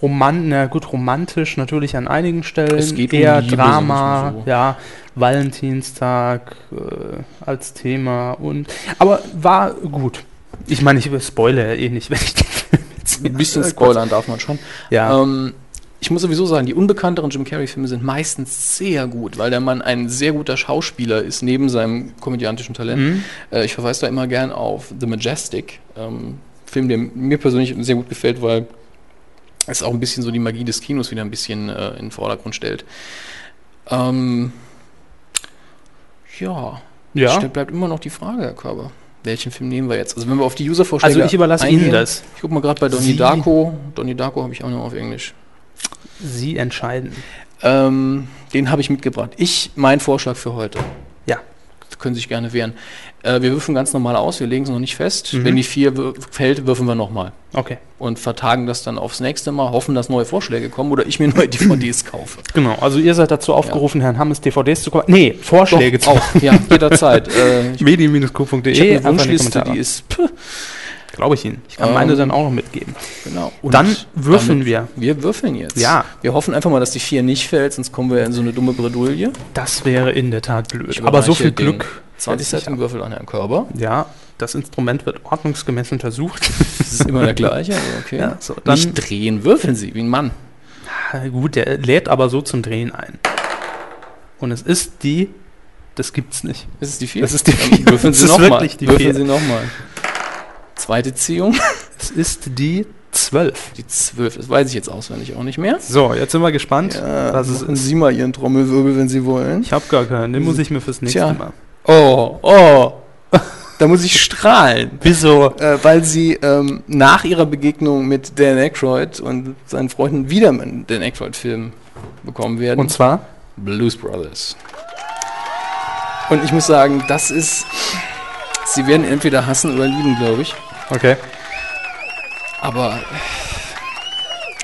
Roman, na gut, romantisch natürlich an einigen Stellen. Es geht um eher Liebe, Drama, sagen wir's mal so. ja, Valentinstag äh, als Thema und aber war gut. Ich meine, ich spoilere eh nicht, wenn ich den Film jetzt Ein bisschen äh, spoilern darf man schon. kurz- Ja. Ähm, ich muss sowieso sagen, die unbekannteren Jim Carrey-Filme sind meistens sehr gut, weil der Mann ein sehr guter Schauspieler ist, neben seinem komödiantischen Talent. Mhm. Äh, ich verweise da immer gern auf The Majestic, ähm, Film, der mir persönlich sehr gut gefällt, weil es auch ein bisschen so die Magie des Kinos wieder ein bisschen äh, in den Vordergrund stellt. Ähm, ja, ja. Stellt- bleibt immer noch die Frage, Herr Körber. Welchen Film nehmen wir jetzt? Also wenn wir auf die User-Vorschläge Also ich überlasse Ihnen eingehen- das. Ich guck mal gerade bei Donnie Sie- Darko. Donnie Darko habe ich auch noch auf Englisch. Sie entscheiden. Ähm, den habe ich mitgebracht. Ich, mein Vorschlag für heute. Ja. Das können Sie sich gerne wehren. Äh, wir würfeln ganz normal aus, wir legen es noch nicht fest. Mhm. Wenn die vier wür- fällt, würfeln wir nochmal. Okay. Und vertagen das dann aufs nächste Mal, hoffen, dass neue Vorschläge kommen oder ich mir neue DVDs kaufe. Genau. Also ihr seid dazu aufgerufen, Herrn Hammes DVDs zu kaufen. Nee, Vorschläge zu Eh, auch, ja, jederzeit. Äh, ich medien-q.de. ich habe eine Wunschliste, die ist, Ähm, pff, Glaube ich Ihnen. Ich kann meine dann auch noch mitgeben. genau. dann würfeln wir. Wir würfeln jetzt. Ja. Wir hoffen einfach mal, dass die 4 nicht fällt, sonst kommen wir in so eine dumme Bredouille. Das wäre in der Tat blöd. Ich Aber so überreiche viel den Glück. 20 fällt Seiten Würfel an Herrn Körber. nicht ab. Ja, das Instrument wird ordnungsgemäß untersucht. Das ist immer der gleiche, also okay. Ja, so, dann- nicht drehen, würfeln Sie, wie ein Mann. Gut, der lädt aber so zum Drehen ein. Und es ist die. Das gibt's nicht. Das ist die 4. Das ist die Vier. Würfeln Sie Das ist nochmal. wirklich die Würfeln Vier. Sie nochmal. Zweite Ziehung, Es ist die 12. die 12. Das weiß ich jetzt auswendig auch nicht mehr. So, jetzt sind wir gespannt, was es machen ist. Sie mal Ihren Trommelwirbel, wenn Sie wollen. Ich habe gar keinen. Den muss ich mir fürs nächste Tja. Mal. Oh, oh. Da muss ich strahlen. Wieso? Äh, weil sie ähm, nach ihrer Begegnung mit Dan Aykroyd und seinen Freunden wieder einen Dan Aykroyd-Film bekommen werden. Und zwar? Blues Brothers. Und ich muss sagen, das ist. Sie werden entweder hassen oder lieben, glaube ich. Okay. Aber.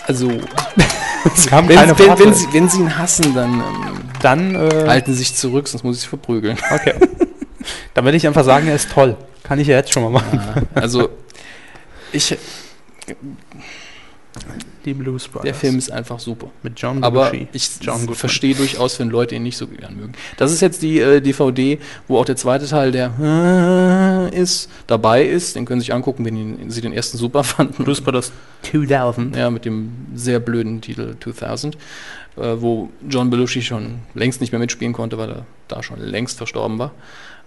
Also, Es kam wenn, keine wenn, Worte. wenn, sie, wenn sie ihn hassen, dann ähm, dann äh, halten sie sich zurück, sonst muss ich sie verprügeln. Okay. Dann würde ich einfach sagen, er ist toll. Kann ich ja jetzt schon mal machen. Also, ich, Die Blues Brothers. der Film ist einfach super. mit John Aber Belushi. ich John Goodman. verstehe durchaus, wenn Leute ihn nicht so gern mögen. Das ist jetzt die äh, DVD, wo auch der zweite Teil, der ist, dabei ist. Den können Sie sich angucken, wenn ihn, Sie den ersten super fanden. Blues Brothers 2000. Ja, mit dem sehr blöden Titel 2000, äh, wo John Belushi schon längst nicht mehr mitspielen konnte, weil er da schon längst verstorben war.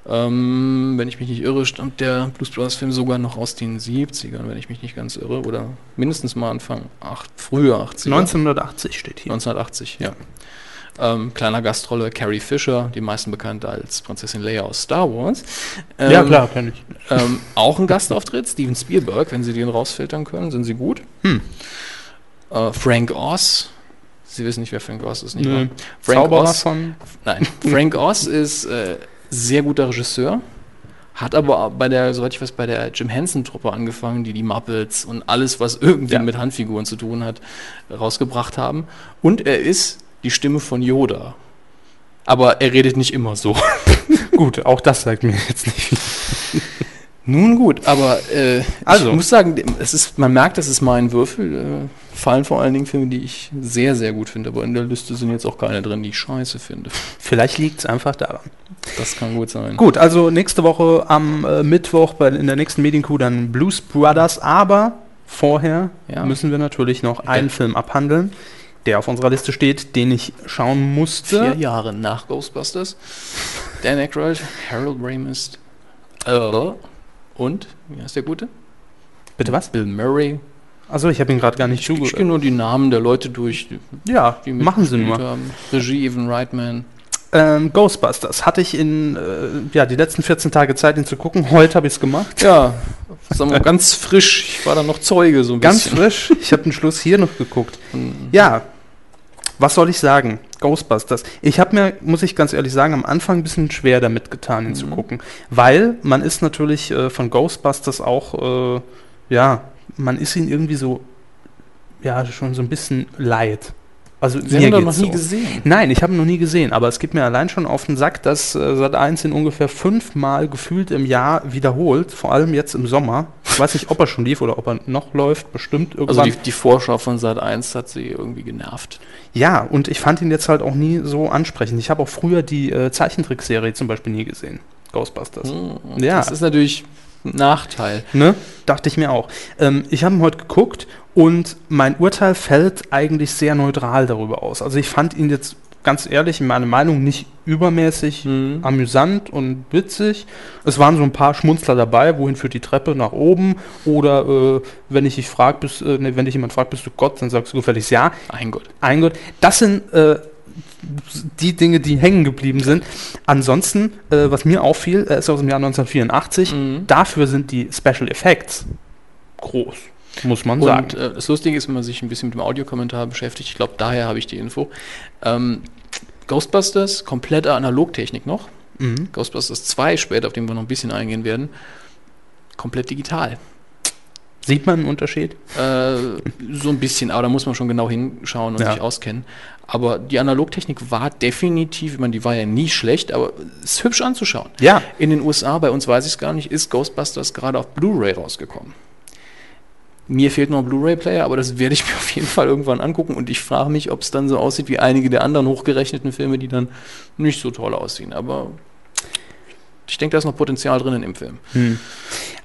Ähm, wenn ich mich nicht irre, stammt der Blues Brothers Film sogar noch aus den 70ern, wenn ich mich nicht ganz irre, oder mindestens mal Anfang acht, früher 80er. 1980 steht hier. 1980, ja. Ähm, kleiner Gastrolle Carrie Fisher, die meisten bekannt als Prinzessin Leia aus Star Wars. Ähm, ja, klar, kenn ich. ähm, auch ein Gastauftritt, Steven Spielberg, wenn Sie den rausfiltern können, sind Sie gut. Hm. Äh, Frank Oz, Sie wissen nicht, wer Frank Oz ist, nicht Nö. wahr? Frank Oz, von. nein, Frank Oz ist äh, sehr guter Regisseur, hat aber bei der, soweit ich weiß, bei der Jim Henson-Truppe angefangen, die die Muppets und alles, was irgendwie Ja. mit Handfiguren zu tun hat, rausgebracht haben. Und er ist die Stimme von Yoda. Aber er redet nicht immer so. Gut, auch das sagt mir jetzt nicht viel. Nun gut, aber äh, Also. ich muss sagen, es ist, man merkt, es ist mein Würfel. Äh, fallen vor allen Dingen Filme, die ich sehr, sehr gut finde. Aber in der Liste sind jetzt auch keine drin, die ich scheiße finde. Vielleicht liegt es einfach daran. Das kann gut sein. Gut, also nächste Woche am äh, Mittwoch bei, in der nächsten Medienkuh dann Blues Brothers. Aber vorher Ja. müssen wir natürlich noch einen Film abhandeln, der auf unserer Liste steht, den ich schauen musste. Vier Jahre nach Ghostbusters. Dan Aykroyd, Harold Ramis äh, und, wie heißt der Gute? Bitte was? Bill Murray. Also ich habe ihn gerade gar nicht Ich, ich gehe nur die Namen der Leute durch, die Ja, die machen sie mitgespielt nur. haben. Regie Evan Reitman. Ähm, Ghostbusters hatte ich in äh, ja, die letzten 14 Tage Zeit, ihn zu gucken. Heute habe ich es gemacht. Ja, sagen wir mal, ganz frisch. Ich war da noch Zeuge so ein Ganz bisschen. Hm. frisch. Ich habe den Schluss hier noch geguckt. Ja, was soll ich sagen? Ghostbusters. Ich habe mir, muss ich ganz ehrlich sagen, am Anfang ein bisschen schwer damit getan, ihn Mhm. zu gucken. Weil man ist natürlich äh, von Ghostbusters auch, äh, ja, man ist ihn irgendwie so, ja, schon so ein bisschen leid. Also Sie mir haben doch noch geht's nie so. gesehen. Nein, ich habe ihn noch nie gesehen, aber es geht mir allein schon auf den Sack, dass äh, Sat1 ihn ungefähr fünfmal gefühlt im Jahr wiederholt, vor allem jetzt im Sommer. Ich weiß nicht, ob er schon lief oder ob er noch läuft, bestimmt irgendwann. Also die, die Vorschau von Sat 1 hat sie irgendwie genervt. ja, und ich fand ihn jetzt halt auch nie so ansprechend. Ich habe auch früher die äh, Zeichentrickserie zum Beispiel nie gesehen. Ghostbusters. Mhm. Ja. Hm, Das ist natürlich ein Nachteil. Ne? Dachte ich mir auch. Ähm, ich habe ihn heute geguckt und mein Urteil fällt eigentlich sehr neutral darüber aus. Also ich fand ihn jetzt ganz ehrlich in meiner Meinung nicht übermäßig amüsant und witzig. Es waren so ein paar Schmunzler dabei, wohin führt die Treppe nach oben oder äh, wenn ich dich frag, bist, äh, ne, wenn dich jemand fragt, bist du Gott, dann sagst du gefälligst ja Mein Gott. ein Gott. Das sind äh, die Dinge, die hängen geblieben sind. Ansonsten, äh, was mir auffiel, er ist aus dem Jahr 1984. Hm. Dafür sind die Special Effects groß, muss man Und sagen. äh, das Lustige ist, wenn man sich ein bisschen mit dem Audiokommentar beschäftigt, ich glaube, daher habe ich die Info. Ähm, Ghostbusters, komplette Analogtechnik noch. Mhm. Ghostbusters 2 später, auf den wir noch ein bisschen eingehen werden, komplett digital. Sieht man einen Unterschied? Äh, so ein bisschen, aber da muss man schon genau hinschauen und Ja. sich auskennen. Aber die Analogtechnik war definitiv, ich meine, die war ja nie schlecht, aber ist hübsch anzuschauen. Ja. In den USA, bei uns weiß ich es gar nicht, ist Ghostbusters gerade auf Blu-ray rausgekommen. Mir fehlt noch ein Blu-ray-Player, aber das werde ich mir auf jeden Fall irgendwann angucken. Und ich frage mich, ob es dann so aussieht wie einige der anderen hochgerechneten Filme, die dann nicht so toll aussehen. Aber ich denke, da ist noch Potenzial drin in dem Film. Hm.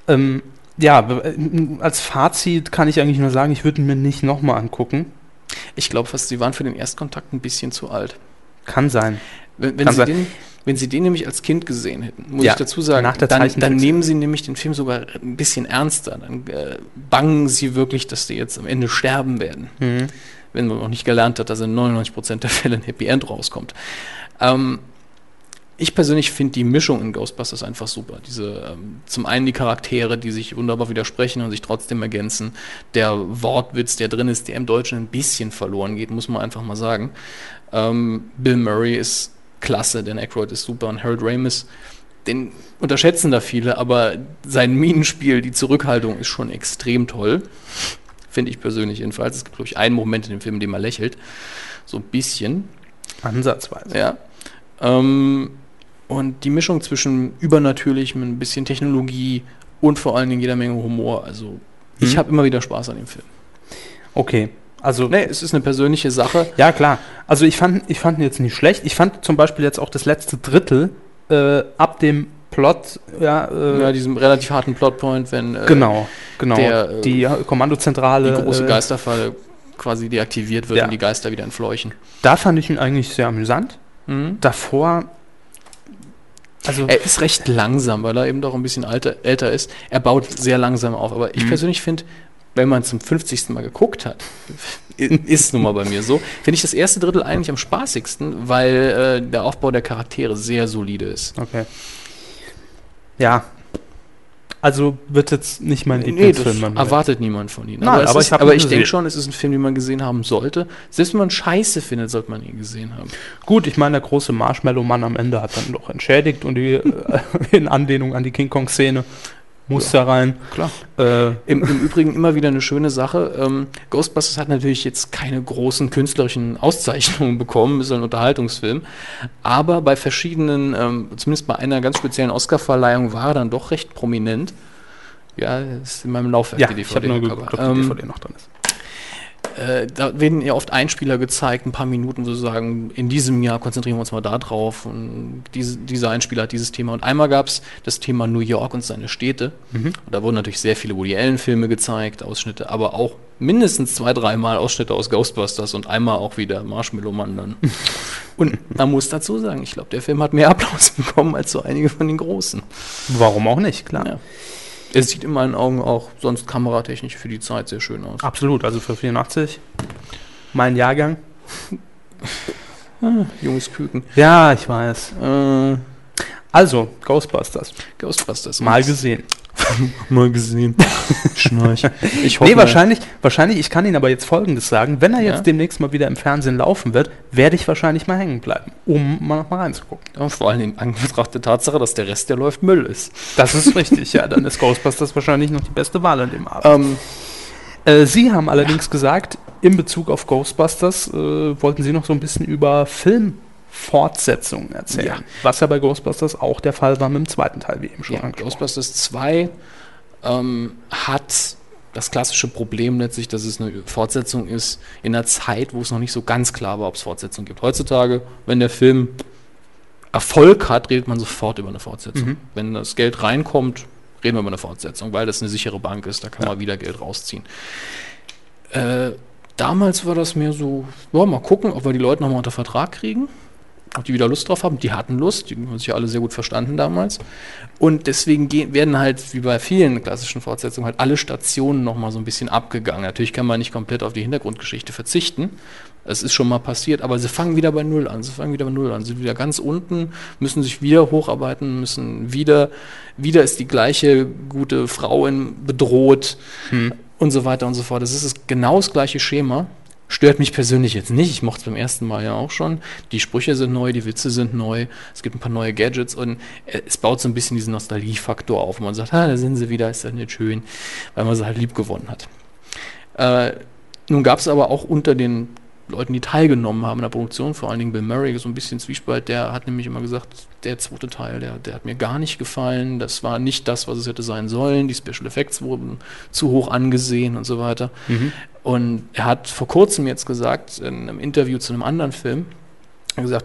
Ähm, ja, w- äh, als Fazit kann ich eigentlich nur sagen, ich würde ihn mir nicht nochmal angucken. Ich glaube fast, sie waren für den Erstkontakt ein bisschen zu alt. Kann sein. Wenn, wenn, Kann sie sein. den, wenn sie den nämlich als Kind gesehen hätten, muss Ja, ich dazu sagen, nach der dann, dann Zeichentrickserie. nehmen sie nämlich den Film sogar ein bisschen ernster. Dann äh, bangen sie wirklich, dass die jetzt am Ende sterben werden. Hm. Wenn man noch nicht gelernt hat, dass in 99% der Fälle ein Happy End rauskommt. Ähm, ich persönlich finde die Mischung in Ghostbusters einfach super. Diese, ähm, zum einen die Charaktere, die sich wunderbar widersprechen und sich trotzdem ergänzen. Der Wortwitz, der drin ist, der im Deutschen ein bisschen verloren geht, muss man einfach mal sagen. Ähm, Bill Murray ist klasse, Dan Aykroyd ist super und Harold Ramis, den unterschätzen da viele, aber sein Minenspiel, die Zurückhaltung ist schon extrem toll. Finde ich persönlich jedenfalls. Es gibt, glaube ich, einen Moment in dem Film, in dem er lächelt. So ein bisschen. Ansatzweise. Ja. Ähm, und die Mischung zwischen Übernatürlichem, ein bisschen Technologie und vor allen Dingen jeder Menge Humor. Also, ich Mhm. habe immer wieder Spaß an dem Film. Okay. Also, Nee, es ist eine persönliche Sache. Ja, klar. Also ich fand, ich fand ihn jetzt nicht schlecht. Ich fand zum Beispiel jetzt auch das letzte Drittel äh, ab dem Plot, ja, äh, Ja, diesem relativ harten Plotpoint, wenn äh, genau, genau. der, äh, die äh, Kommandozentrale. die große äh, Geisterfalle quasi deaktiviert wird Ja. und die Geister wieder entfleuchen. Da fand ich ihn eigentlich sehr amüsant. Davor, also Er ist recht langsam, weil er eben doch ein bisschen alter, älter ist. Er baut sehr langsam auf. Aber Mhm. ich persönlich finde, wenn man zum 50. Mal geguckt hat, i- ist nun mal bei mir so, finde ich das erste Drittel eigentlich am spaßigsten, weil äh, der Aufbau der Charaktere sehr solide ist. okay. Ja. Also wird jetzt nicht mein Äh, das Lieblingsfilm. mein Moment. erwartet niemand von Ihnen. Nein, es aber ist, ich hab aber ihn ich denke gesehen. schon, es ist ein Film, den man gesehen haben sollte. Selbst wenn man Scheiße findet, sollte man ihn gesehen haben. Gut, ich meine, der große Marshmallow-Mann am Ende hat dann doch entschädigt und die äh, in Anlehnung an die King Kong-Szene muss da rein. Klar. Äh, Im, Im Übrigen immer wieder eine schöne Sache. Ähm, Ghostbusters hat natürlich jetzt keine großen künstlerischen Auszeichnungen bekommen, ist ein Unterhaltungsfilm. Aber bei verschiedenen, ähm, zumindest bei einer ganz speziellen Oscarverleihung, war er dann doch recht prominent. Ja, ist in meinem Laufwerk ja, ich habe nur aber, geguckt, ob die ähm, DVD noch drin ist. äh, Da werden ja oft Einspieler gezeigt, ein paar Minuten sozusagen. In diesem Jahr konzentrieren wir uns mal da drauf. Und diese, dieser Einspieler hat dieses Thema. Und einmal gab es das Thema New York und seine Städte. Und da wurden natürlich sehr viele Woody Allen-Filme gezeigt, Ausschnitte, aber auch mindestens zwei, dreimal Ausschnitte aus Ghostbusters und einmal auch wieder Marshmallow Man dann. Und man muss dazu sagen, ich glaube, der Film hat mehr Applaus bekommen als so einige von den großen. Warum auch nicht, klar. Ja. Es sieht in meinen Augen auch sonst kameratechnisch für die Zeit sehr schön aus. Absolut, also für 84. Mein Jahrgang. Junges Küken. Ja, ich weiß. Äh, Also, Ghostbusters. Ghostbusters. Mal gesehen. Mal gesehen. Schnarch. Ich nee, wahrscheinlich, wahrscheinlich, ich kann Ihnen aber jetzt Folgendes sagen. Wenn er jetzt Ja? demnächst mal wieder im Fernsehen laufen wird, werde ich wahrscheinlich mal hängen bleiben, um mal nochmal reinzugucken. Ja, vor allem in Anbetracht der Tatsache, dass der Rest, der läuft, Müll ist. Das ist richtig, ja. Ähm, Dann ist Ghostbusters wahrscheinlich noch die beste Wahl an dem Abend. Ähm, Äh, Sie haben allerdings gesagt, in Bezug auf Ghostbusters äh, wollten Sie noch so ein bisschen über Filmfortsetzungen erzählen. Ja. Was ja bei Ghostbusters auch der Fall war mit dem zweiten Teil, wie eben schon Ja, angesprochen. Ghostbusters 2 ähm, hat das klassische Problem letztlich, dass es eine Fortsetzung ist in einer Zeit, wo es noch nicht so ganz klar war, ob es Fortsetzung gibt. Heutzutage, wenn der Film Erfolg hat, redet man sofort über eine Fortsetzung. Mhm. Wenn das Geld reinkommt, reden wir über eine Fortsetzung, weil das eine sichere Bank ist, da kann man wieder Geld rausziehen. Äh, damals war das mehr so, ja, mal gucken, ob wir die Leute nochmal unter Vertrag kriegen, ob die wieder Lust drauf haben. Die hatten Lust, die haben sich ja alle sehr gut verstanden damals. Und deswegen gehen, werden halt, wie bei vielen klassischen Fortsetzungen, halt alle Stationen nochmal so ein bisschen abgegangen. Natürlich kann man nicht komplett auf die Hintergrundgeschichte verzichten. Es ist schon mal passiert, aber sie fangen wieder bei Null an. Sie fangen wieder bei Null an. Sie sind wieder ganz unten, müssen sich wieder hocharbeiten, müssen wieder, wieder ist die gleiche gute Frau in, bedroht und so weiter und so fort. Das ist das, genau das gleiche Schema. Stört mich persönlich jetzt nicht. Ich mochte es beim ersten Mal ja auch schon. Die Sprüche sind neu, die Witze sind neu. Es gibt ein paar neue Gadgets und äh, es baut so ein bisschen diesen Nostalgiefaktor auf. Man sagt, ah, da sind sie wieder, ist das nicht schön, weil man sie halt lieb gewonnen hat. Äh, nun gab es aber auch unter den Leuten, die teilgenommen haben in der Produktion, vor allen Dingen Bill Murray, so ein bisschen Zwiespalt, der hat nämlich immer gesagt, der zweite Teil, der, der hat mir gar nicht gefallen, das war nicht das, was es hätte sein sollen, die Special Effects wurden zu hoch angesehen und so weiter. Mhm. Und er hat vor kurzem jetzt gesagt, in einem Interview zu einem anderen Film, er hat gesagt,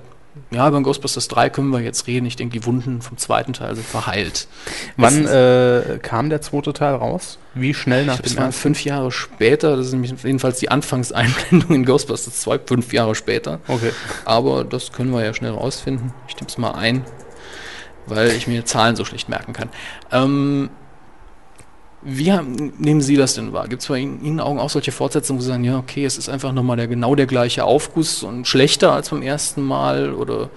ja, über Ghostbusters 3 können wir jetzt reden. Ich denke, die Wunden vom zweiten Teil sind verheilt. Wann Es- äh, kam der zweite Teil raus? Wie schnell nach ich glaube, dem es waren ersten? fünf Jahre später, das ist nämlich jedenfalls die Anfangseinblendung in Ghostbusters 2, fünf Jahre später. Okay. Aber das können wir ja schnell rausfinden. Ich tippe es mal ein, weil ich mir Zahlen so schlecht merken kann. Ähm, wie haben, nehmen Sie das denn wahr? Gibt es bei Ihnen, Ihnen Augen auch solche Fortsetzungen, wo Sie sagen, ja, okay, es ist einfach nochmal der, genau der gleiche Aufguss und schlechter als beim ersten Mal? Oder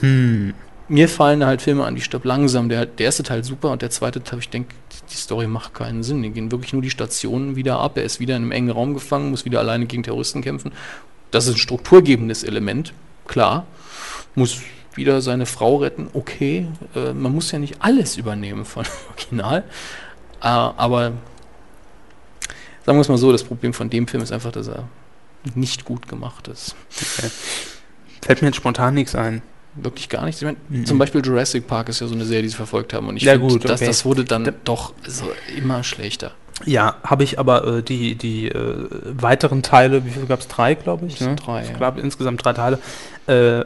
Hm. mir fallen da halt Filme an, die stirbt langsam. Der, der erste Teil super und der zweite Teil, ich denke, die Story macht keinen Sinn. Die gehen wirklich nur die Stationen wieder ab. Er ist wieder in einem engen Raum gefangen, muss wieder alleine gegen Terroristen kämpfen. Das ist ein strukturgebendes Element, klar. Muss wieder seine Frau retten, okay. Äh, man muss ja nicht alles übernehmen von Original. Äh, aber sagen wir es mal so, das Problem von dem Film ist einfach, dass er nicht gut gemacht ist. Fällt mir jetzt spontan nichts ein. Wirklich gar nichts. Ich meine, Mhm. zum Beispiel Jurassic Park ist ja so eine Serie, die sie verfolgt haben. Und ich Ja, finde, gut, dass okay. das wurde dann Da- doch so immer schlechter. Ja, habe ich aber äh, die, die äh, weiteren Teile, wie viel gab es? Drei, glaube ich. ne? Es sind drei, ja. Ich glaube insgesamt drei Teile, äh,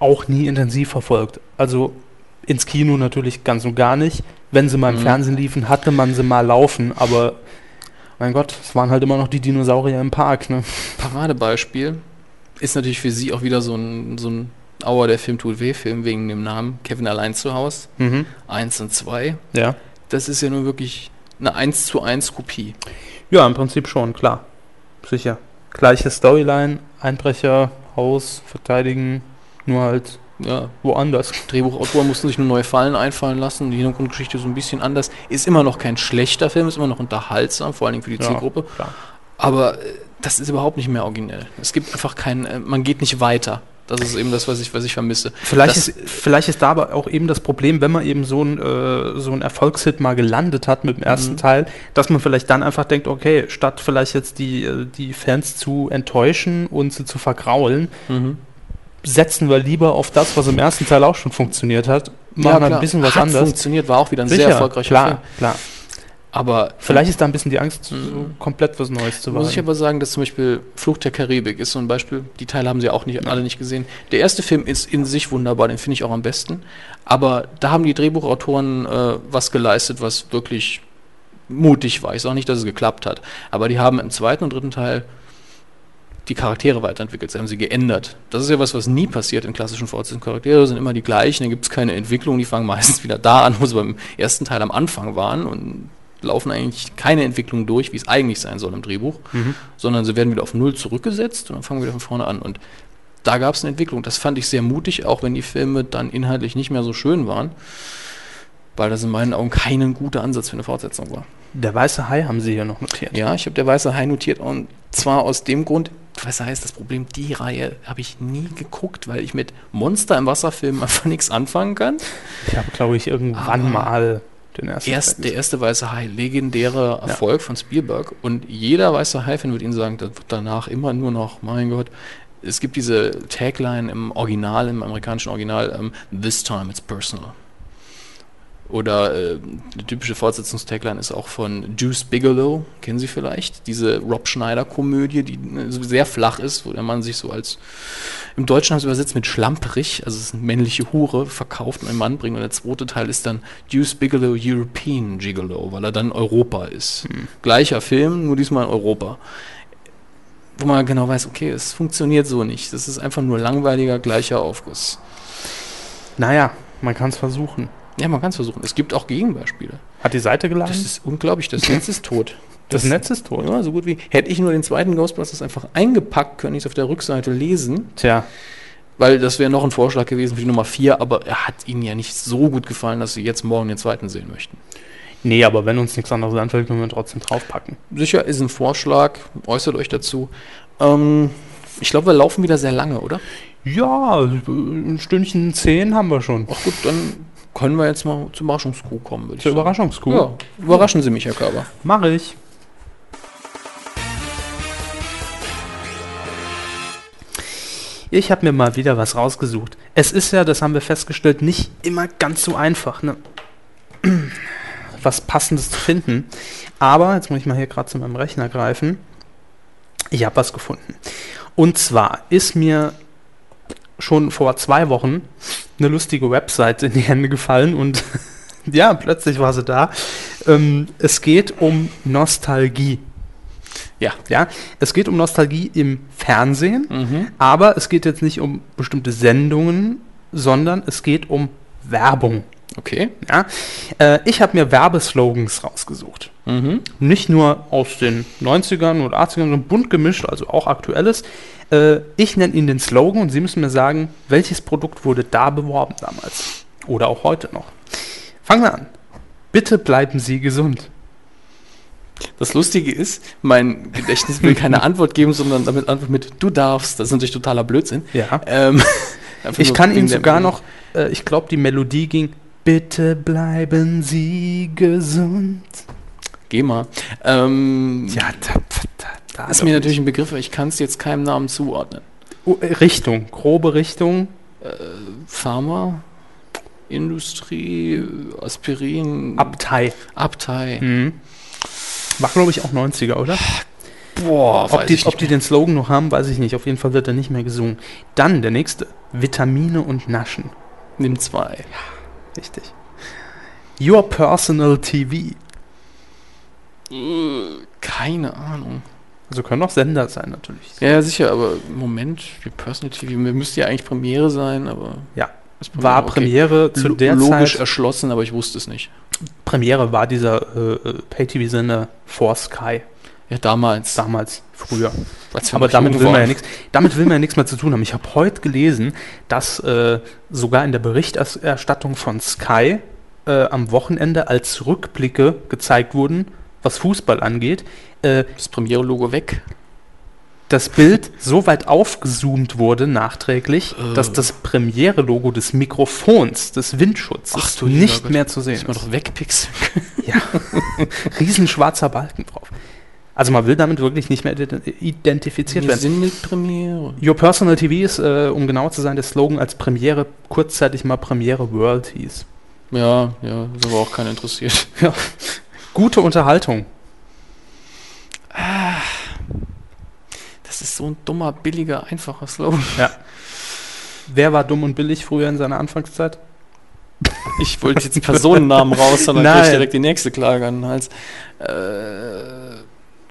auch nie intensiv verfolgt. Also ins Kino natürlich ganz und gar nicht. Wenn sie mal im Mhm. Fernsehen liefen, hatte man sie mal laufen, aber mein Gott, es waren halt immer noch die Dinosaurier im Park. Ne? Paradebeispiel ist natürlich für sie auch wieder so ein, so ein Auer, der Film tut weh, Film wegen dem Namen Kevin allein zu Haus, Mhm. 1 und 2. Ja. Das ist ja nun wirklich eine 1 zu 1 Kopie. ja, im Prinzip schon, klar. Sicher. Gleiche Storyline, Einbrecher, Haus, verteidigen, nur halt Ja, woanders. Drehbuchautoren mussten sich nur neue Fallen einfallen lassen. Die Hintergrundgeschichte ist ein bisschen anders. Ist immer noch kein schlechter Film, ist immer noch unterhaltsam, vor allen Dingen für die Ja, Zielgruppe. klar. Aber äh, das ist überhaupt nicht mehr originell. Es gibt einfach keinen, äh, man geht nicht weiter. Das ist eben das, was ich, was ich vermisse. Vielleicht Das- ist, vielleicht ist da aber auch eben das Problem, wenn man eben so ein, äh, so ein Erfolgshit mal gelandet hat mit dem ersten Mhm. Teil, dass man vielleicht dann einfach denkt, okay, statt vielleicht jetzt die, äh, die Fans zu enttäuschen und sie zu vergraulen, setzen wir lieber auf das, was im ersten Teil auch schon funktioniert hat, machen dann ein klar. bisschen was Hat anderes. funktioniert, war auch wieder ein sehr erfolgreicher klar, Film. klar. Aber Vielleicht ist da ein bisschen die Angst, so Mhm. komplett was Neues zu Muss ich wagen. aber sagen, dass zum Beispiel Fluch der Karibik ist so ein Beispiel. Die Teile haben sie auch nicht, alle nicht gesehen. Der erste Film ist in sich wunderbar, den finde ich auch am besten. Aber da haben die Drehbuchautoren äh, was geleistet, was wirklich mutig war. Ich sage nicht, dass es geklappt hat. Aber die haben im zweiten und dritten Teil die Charaktere weiterentwickelt, sie haben sie geändert. Das ist ja was, was nie passiert in klassischen Fortsetzungen. Charaktere sind immer die gleichen, da gibt es keine Entwicklung, die fangen meistens wieder da an, wo sie beim ersten Teil am Anfang waren und laufen eigentlich keine Entwicklung durch, wie es eigentlich sein soll im Drehbuch, sondern sie werden wieder auf Null zurückgesetzt und dann fangen wir wieder von vorne an. Und da gab es eine Entwicklung. Das fand ich sehr mutig, auch wenn die Filme dann inhaltlich nicht mehr so schön waren, weil das in meinen Augen kein guter Ansatz für eine Fortsetzung war. Der weiße Hai haben sie hier noch notiert. Ja, ich habe der Weiße Hai notiert und zwar aus dem Grund, Weißer Hai ist das Problem, die Reihe habe ich nie geguckt, weil ich mit Monster im Wasserfilm einfach nichts anfangen kann. Ich habe, glaube ich, irgendwann Aber- mal den ersten. Erst, Teil der gesehen. Ah. erste Weiße Hai, legendärer Ja. Erfolg von Spielberg. Und jeder Weiße Hai-Fan wird Ihnen sagen, das wird danach immer nur noch, mein Gott. Es gibt diese Tagline im Original, im amerikanischen Original, ähm, This time it's personal. Oder äh, die typische Fortsetzungstagline ist auch von Juice Bigelow, kennen Sie vielleicht? Diese Rob Schneider-Komödie, die ne, so sehr flach ist, wo der Mann sich so als, im Deutschen haben sie übersetzt mit schlamprig, also es ist eine männliche Hure, verkauft und einen Mann bringt. Und der zweite Teil ist dann Juice Bigelow European Gigolo, weil er dann Europa ist. Gleicher Film, nur diesmal in Europa. Wo man genau weiß, okay, es funktioniert so nicht. Das ist einfach nur langweiliger, gleicher Aufguss. Naja, man kann es versuchen. Ja, man kann es versuchen. Es gibt auch Gegenbeispiele. Hat die Seite geladen? Das ist unglaublich, das Netz ist tot. Das Netz ist tot. Ja, so gut wie. Hätte ich nur den zweiten Ghostbusters einfach eingepackt, könnte ich es auf der Rückseite lesen, Tja, weil das wäre noch ein Vorschlag gewesen für die Nummer 4, aber er hat Ihnen ja nicht so gut gefallen, dass Sie jetzt morgen den zweiten sehen möchten. nee, aber wenn uns nichts anderes anfällt, können wir trotzdem draufpacken. Sicher ist ein Vorschlag, äußert euch dazu. Ähm, ich glaube, wir laufen wieder sehr lange, oder? Ja, ein Stündchen zehn haben wir schon. Ach gut, dann können wir jetzt mal zur Überraschungskuh kommen, würde ich Zur sagen. Überraschungskuh. Ja, überraschen Sie mich, Herr Körber. Mache ich. Ich habe mir mal wieder was rausgesucht. Es ist ja, das haben wir festgestellt, nicht immer ganz so einfach, ne? was Passendes zu finden. Aber, jetzt muss ich mal hier gerade zu meinem Rechner greifen. Ich habe was gefunden. Und zwar ist mir schon vor zwei Wochen eine lustige Website in die Hände gefallen und ja, plötzlich war sie da. Ähm, es geht um Nostalgie. Ja. Ja, es geht um Nostalgie im Fernsehen, Mhm. aber es geht jetzt nicht um bestimmte Sendungen, sondern es geht um Werbung. Okay. Ja? Äh, ich habe mir Werbeslogans rausgesucht. Mhm. Nicht nur aus den 90ern oder 80ern, sondern bunt gemischt, also auch aktuelles. Äh, ich nenne Ihnen den Slogan und Sie müssen mir sagen, welches Produkt wurde da beworben damals oder auch heute noch. Fangen wir an. Bitte bleiben Sie gesund. Das Lustige ist, mein Gedächtnis will keine Antwort geben, sondern damit einfach mit du darfst. Das ist natürlich totaler Blödsinn. Ja. Ähm, einfach Ich nur kann wegen Ihnen der- sogar noch, äh, ich glaube, die Melodie ging. Bitte bleiben Sie gesund. Geh mal. Ähm, Ja, da, da, da ist mir natürlich ein Begriff, aber ich kann es jetzt keinem Namen zuordnen. Oh, äh, Richtung, grobe Richtung. Pharma, Industrie, äh, Aspirin, Abtei. Abtei. Hm. Mhm. War, glaube ich, auch 90er, oder? Boah, Ob weiß die, ich ob nicht. die den Slogan noch haben, weiß ich nicht. Auf jeden Fall wird er nicht mehr gesungen. Dann der nächste. Vitamine und Naschen. Nimm zwei. Richtig. Your Personal TV. Keine Ahnung. Also können auch Sender sein, natürlich. Ja, ja, sicher, aber im Moment, die Personal TV, mir müsste ja eigentlich Premiere sein, aber Ja. ist War okay. Premiere zu Lo- der logisch Zeit. erschlossen, aber ich wusste es nicht. Premiere war dieser äh, äh, Pay-TV-Sender For Sky. Ja, damals. Damals, früher. Als wir Aber noch damit jung will, man ja waren. nichts, damit will man ja nichts mehr zu tun haben. Ich habe heute gelesen, dass äh, sogar in der Berichterstattung von Sky äh, am Wochenende als Rückblicke gezeigt wurden, was Fußball angeht, äh, Das Premiere-Logo weg. das Bild so weit aufgezoomt wurde nachträglich, Äh. dass das Premiere-Logo des Mikrofons, des Windschutzes, Ach du lieber nicht Gott. mehr zu sehen Ist man ist. doch wegpixeln. Ja, riesenschwarzer Balken drauf. Also man will damit wirklich nicht mehr ident- identifiziert werden. sind mit Premiere. Your Personal TV ist, äh, um genau zu sein, der Slogan als Premiere, kurzzeitig mal Premiere World hieß. Ja, ja, ist aber auch keiner interessiert. Ja. Gute Unterhaltung. Das ist so ein dummer, billiger, einfacher Slogan. Wer war dumm und billig früher in seiner Anfangszeit? Ich wollte jetzt einen Personennamen raus, dann Nein. kriege ich direkt die nächste Klage an den Hals. Äh,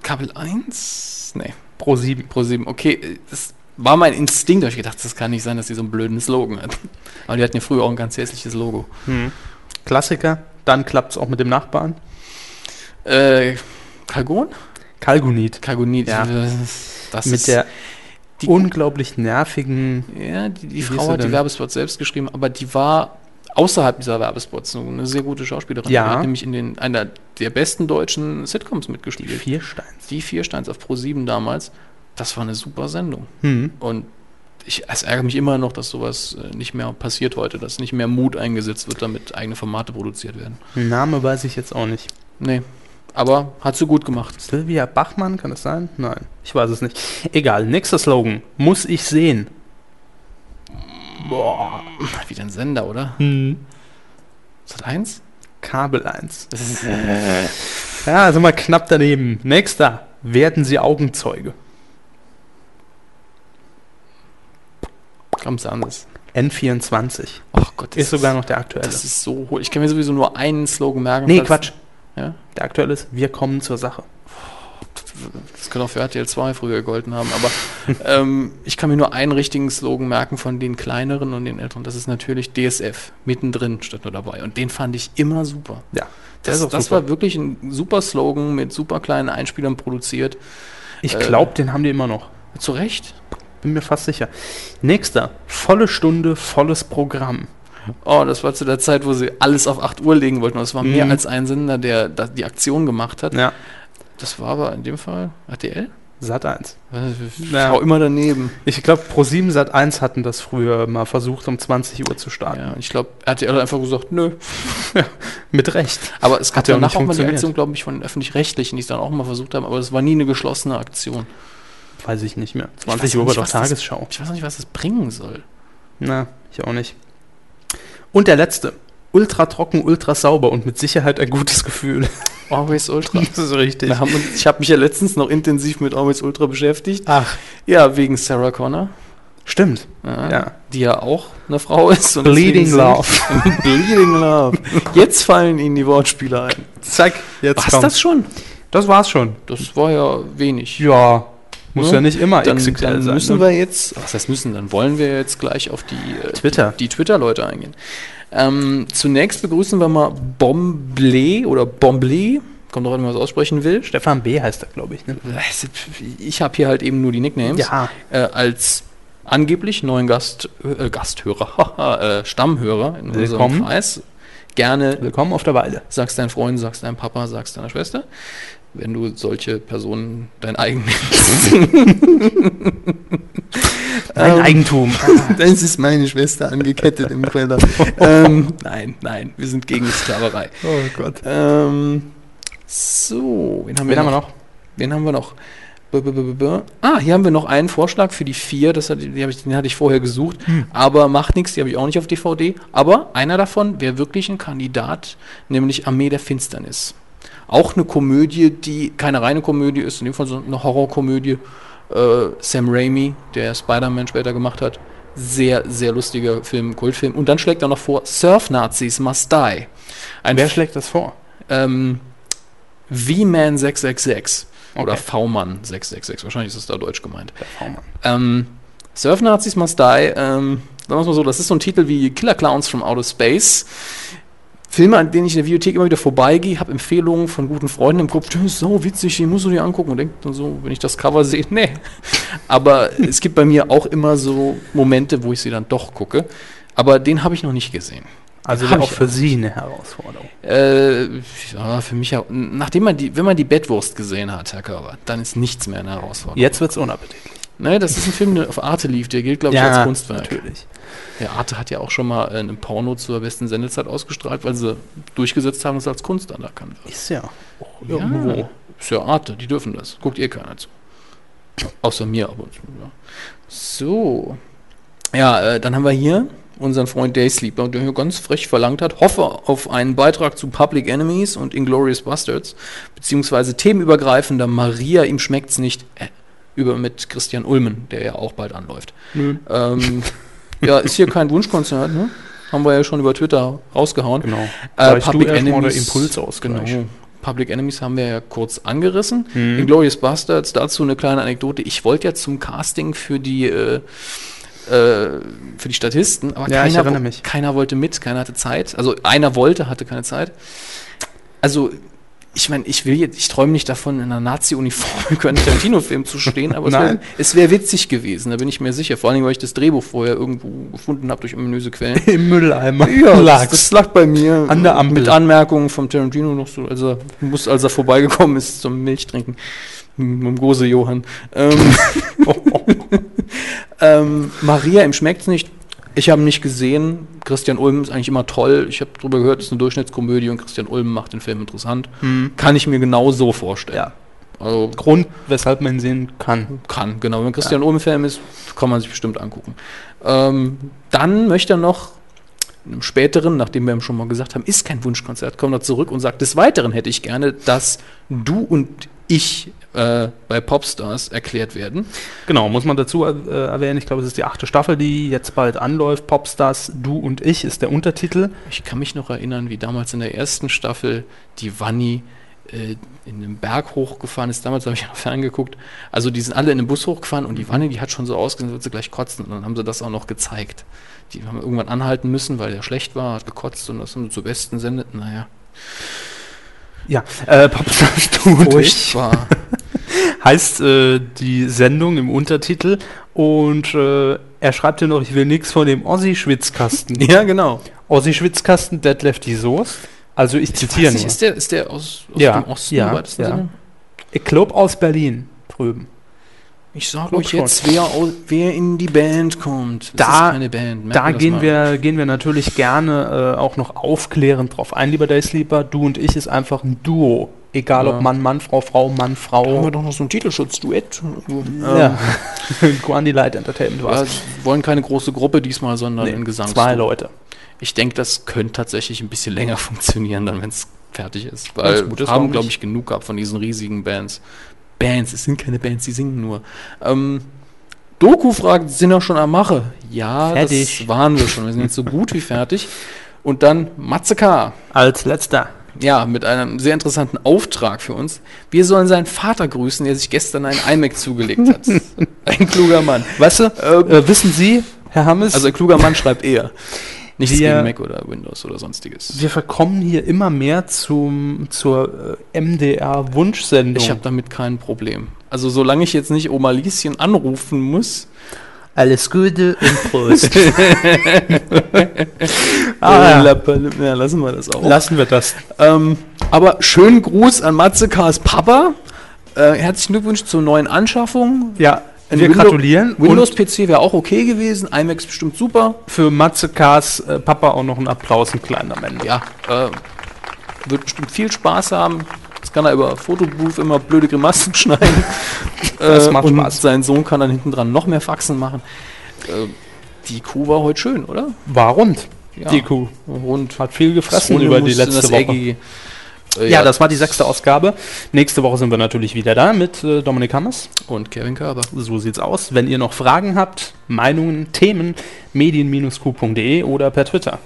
Kabel 1? Nee, Pro 7. Pro 7. Okay, äh, das war mein Instinkt. Da hab ich gedacht, das kann nicht sein, dass die so einen blöden Slogan hatten. Aber die hatten ja früher auch ein ganz hässliches Logo. Klassiker. Dann klappt's auch mit dem Nachbarn. Äh, Kalgon? Kalgunit. Kalgonit. Ja. Das Mit ist- der die- unglaublich nervigen. Ja, die, die hieß Frau sie hat die denn? Werbespots selbst geschrieben, aber die war außerhalb dieser Werbespots eine sehr gute Schauspielerin. Ja. Die hat nämlich in den, einer der besten deutschen Sitcoms mitgespielt. Die, Viersteins. Viersteins auf Pro7 damals. Das war eine super Sendung. Hm. Und ich, es ärgert mich immer noch, dass sowas äh, nicht mehr passiert heute, dass nicht mehr Mut eingesetzt wird, damit eigene Formate produziert werden. Name weiß ich jetzt auch nicht. Nee. Aber hat sie gut gemacht. Sylvia Bachmann, kann das sein? Nein, ich weiß es nicht. Egal, nächster Slogan. Muss ich sehen. Boah. Wieder ein Sender, oder? Hm. Ist das eins? Kabel 1. Das ist, Ja, sind wir knapp daneben. Nächster. Werden Sie Augenzeuge? kommst du anders. N24. Ach Gott, das ist sogar noch der aktuelle. Das ist so hohl. Ich kann mir sowieso nur einen Slogan merken. nee, falls- Quatsch. Ja? Der aktuelle ist, wir kommen zur Sache. Das könnte auch für RTL 2 früher gegolten haben, aber ähm, ich kann mir nur einen richtigen Slogan merken von den kleineren und den älteren. Das ist natürlich DSF, mittendrin statt nur dabei. Und den fand ich immer super. Ja. Das, ist auch das super. war wirklich ein super Slogan mit super kleinen Einspielern produziert. Ich äh, glaube, den haben die immer noch. Zu Recht. Bin mir fast sicher. Nächster. Volle Stunde, volles Programm. Oh, das war zu der Zeit, wo sie alles auf 8 Uhr legen wollten. Und es war mehr Mhm. als ein Sender, der da- die Aktion gemacht hat. Ja. Das war aber in dem Fall RTL? Sat 1. Ich Ja. schau immer daneben. Ich glaube, Pro7 Sat 1 hatten das früher mal versucht, um 20 Uhr zu starten. Ja, und ich glaube, RTL hat einfach gesagt, nö. Mit Recht. Aber es gab Hat ja auch danach nicht auch mal die funktioniert. Aktion, glaube ich, von den Öffentlich-Rechtlichen, die es dann auch mal versucht haben, aber es war nie eine geschlossene Aktion. Weiß ich nicht mehr. weiß 20 Uhr auch war nicht, doch was das- Tagesschau. Ich weiß noch nicht, was das bringen soll. Na, ich auch nicht. Und der letzte. Ultra trocken, ultra sauber und mit Sicherheit ein gutes Gefühl. Always Ultra. Das ist richtig. Wir haben uns, ich habe mich ja letztens noch intensiv mit Always Ultra beschäftigt. Ach, Ja, wegen Sarah Connor, stimmt. ja, Ja. die ja auch eine Frau ist. und Bleeding deswegen singt- Love. Bleeding Love. Jetzt fallen Ihnen die Wortspiele ein. Zack, jetzt War's kommt. das schon? Das war's schon. Das war ja wenig. Ja, muss ja, Ja, nicht immer Hm? dann, XXL dann sein. müssen ne? wir jetzt, was heißt müssen, dann wollen wir jetzt gleich auf die äh, Twitter. die, die Twitter-Leute eingehen. Ähm, zunächst begrüßen wir mal Bomblé oder Bomblé, kommt drauf an, wie man es aussprechen will. Stefan B. heißt er, glaube ich. Ne? Ich habe hier halt eben nur die Nicknames. Ja. Äh, als angeblich neuen Gast, äh, Gasthörer, äh, Stammhörer in Willkommen. unserem Kreis. Gerne Willkommen auf der Weide. sagst deinen Freunden, sagst deinem Papa, sagst deiner Schwester, wenn du solche Personen dein eigen Ähm, Ein Eigentum. Das ist meine Schwester angekettet im Keller. ähm, nein, nein, wir sind gegen die Sklaverei. Oh Gott. Ähm, so, wen haben, Wen wir, haben wir noch? noch? Wen haben wir noch? B -b -b -b -b. Ah, hier haben wir noch einen Vorschlag für die vier. Das hat, die hab ich, den hatte ich vorher gesucht. Aber macht nichts, die habe ich auch nicht auf DVD. Aber einer davon wäre wirklich ein Kandidat, nämlich Armee der Finsternis. Auch eine Komödie, die keine reine Komödie ist, in dem Fall so eine Horrorkomödie. Äh, Sam Raimi, der Spider-Man später gemacht hat. Sehr, sehr lustiger Film, Kultfilm. Und dann schlägt er noch vor, Surf-Nazis must die. Ein Wer schlägt das vor? ähm, V-Man 666 oder Okay. V-Man 666, wahrscheinlich ist es da deutsch gemeint. Schau mal. Ähm, Surf-Nazis must die, ähm, sagen wir es mal so, das ist so ein Titel wie Killer Clowns from Outer Space. Filme, an denen ich in der Videothek immer wieder vorbeigehe, habe Empfehlungen von guten Freunden im Kopf, das ist so witzig, die musst du dir angucken und denke dann so, wenn ich das Cover sehe, nee. Aber es gibt bei mir auch immer so Momente, wo ich sie dann doch gucke. Aber den habe ich noch nicht gesehen. Also Hab auch ich für Sie eine Herausforderung. Äh, ja, für mich ja. Nachdem man die, wenn man die Bettwurst gesehen hat, Herr Körber, dann ist nichts mehr eine Herausforderung. Jetzt wird's unappetitlich. Ne, das ist ein Film, der auf Arte lief, der gilt, glaube ich, als Kunstwerk. natürlich. Ja, Arte hat ja auch schon mal äh, einen Porno zur besten Sendezeit ausgestrahlt, weil sie durchgesetzt haben, dass es als Kunst anerkannt wird. Ist ja. Ja. Ist ja Arte, die dürfen das. Guckt ihr keiner zu. Außer mir, aber. Ja. So. Ja, äh, dann haben wir hier unseren Freund Day Sleeper, der hier ganz frech verlangt hat, hoffe auf einen Beitrag zu Public Enemies und Inglorious Bastards, beziehungsweise themenübergreifender Maria, ihm schmeckt's nicht, äh, über mit Christian Ulmen, der ja auch bald anläuft. Ähm, ja, ist hier kein Wunschkonzert, ne? Haben wir ja schon über Twitter rausgehauen. Genau. Äh, Weißt du Public erst mal Enemies, oder Impulsausgleich? Mhm. Genau. Public Enemies haben wir ja kurz angerissen. Inglourious Bastards, dazu eine kleine Anekdote. Ich wollte ja zum Casting für die, äh, äh, für die Statisten, aber Ja, ich keiner, erinnere wo- mich. keiner wollte mit, keiner hatte Zeit. Also einer wollte, hatte keine Zeit. Also ich meine, ich will jetzt, ich träume nicht davon, in einer Nazi-Uniform in einem Tarantino-Film zu stehen, aber es wäre Nein. wär witzig gewesen, da bin ich mir sicher. Vor allem, weil ich das Drehbuch vorher irgendwo gefunden habe durch ominöse Quellen. Im Mülleimer. Ja, das, lag's. das lag bei mir. An der Ampel. Mit Anmerkungen vom Tarantino noch so, als er, muss, als er vorbeigekommen ist zum Milchtrinken. mit dem Gose Johann. Ähm, ähm, Maria, ihm schmeckt's nicht. Ich habe ihn nicht gesehen. Christian Ulm ist eigentlich immer toll. Ich habe darüber gehört, es ist eine Durchschnittskomödie und Christian Ulm macht den Film interessant. Kann ich mir genau so vorstellen. Mhm. Ja. Also Grund, weshalb man ihn sehen kann. kann, genau. Wenn Christian Ulm Film ist, kann man sich bestimmt angucken. Ähm, dann möchte er noch in einem späteren, nachdem wir ihm schon mal gesagt haben, ist kein Wunschkonzert, kommt er zurück und sagt, des Weiteren hätte ich gerne, dass du und ich äh, bei Popstars erklärt werden. Genau, muss man dazu äh, erwähnen. Ich glaube, es ist die achte Staffel, die jetzt bald anläuft. Popstars, du und ich ist der Untertitel. Ich kann mich noch erinnern, wie damals in der ersten Staffel die Wanni äh, in den Berg hochgefahren ist. Damals habe ich ja noch ferngeguckt. Also die sind alle in den Bus hochgefahren und die Wanni, die hat schon so ausgesehen, als würde sie gleich kotzen. Und dann haben sie das auch noch gezeigt. Die haben irgendwann anhalten müssen, weil der schlecht war, hat gekotzt und das haben sie zu Besten sendet. Naja, Ja, äh, Popstars, du und ich. furchtbar. heißt äh, die Sendung im Untertitel und äh, er schreibt hier noch, ich will nichts von dem Ossi-Schwitzkasten. ja, genau. Ossi-Schwitzkasten, Detlef die Soest. Also ich zitiere Weiß nicht, nur. ist, der, ist der aus, aus Ja, dem Osten ja, im weitesten ja. Sinne? Ich glaube aus Berlin drüben. Ich sage Glaub euch schon. jetzt, wer, au- wer in die Band kommt. Es Da- ist keine Band. merkt Da mir das gehen mal. wir, gehen wir natürlich gerne äh, auch noch aufklärend drauf ein, lieber Daysleeper. Du und ich ist einfach ein Duo. Egal Ja. ob Mann, Mann, Frau, Frau, Mann, Haben Frau. wir doch noch so ein Titelschutzduett. Ja. Guandi Light Entertainment war Ja, es. wir wollen keine große Gruppe diesmal, sondern Nee, ein Gesang. zwei Leute. Ich denke, das könnte tatsächlich ein bisschen länger funktionieren, dann wenn es fertig ist. Wenn's Weil gut wir ist, haben, warum glaube nicht? ich, genug gehabt von diesen riesigen Bands. Bands, es sind keine Bands, die singen nur. Ähm, Doku fragt, sind wir schon am Mache? Ja, das Fertig. waren wir schon. Wir sind jetzt so gut wie fertig. Und dann Matze K. Als letzter. Ja, mit einem sehr interessanten Auftrag für uns. Wir sollen seinen Vater grüßen, der sich gestern einen iMac zugelegt hat. Ein kluger Mann. Weißt du, äh, wissen Sie, Herr Hammes, Ähm. Also ein kluger Mann schreibt eher. Nichts Wir- gegen Mac oder Windows oder sonstiges. Wir verkommen hier immer mehr zum, zur äh, MDR-Wunschsendung. Ich habe damit kein Problem. Also solange ich jetzt nicht Oma Lieschen anrufen muss, alles Gute und Prost. äh, ah, ja. lappen- ja, lassen wir das auch. Lassen wir das. Ähm, aber schönen Gruß an Matze Kars Papa. Äh, herzlichen Glückwunsch zur neuen Anschaffung. Ja, Ein wir Window- gratulieren. und Windows-PC wäre auch okay gewesen, iMac ist bestimmt super. für Matze Kars äh, Papa auch noch einen Applaus, ein kleiner Mann. Ja, äh, wird bestimmt viel Spaß haben. Jetzt kann er über Fotobooth immer blöde Grimassen schneiden. Äh, Das macht und Spaß. sein Sohn kann dann hinten dran noch mehr Faxen machen. Äh, die Kuh war heute schön, oder? War rund, Ja. die Kuh. Rund. Hat viel gefressen Runde über die muss in letzte das Woche. Eggy. Äh, Ja, das war die sechste Ausgabe. Nächste Woche sind wir natürlich wieder da mit äh, Dominik Hammers. und Kevin Körber. So sieht's aus. Wenn ihr noch Fragen habt, Meinungen, Themen, medien-q.de oder per Twitter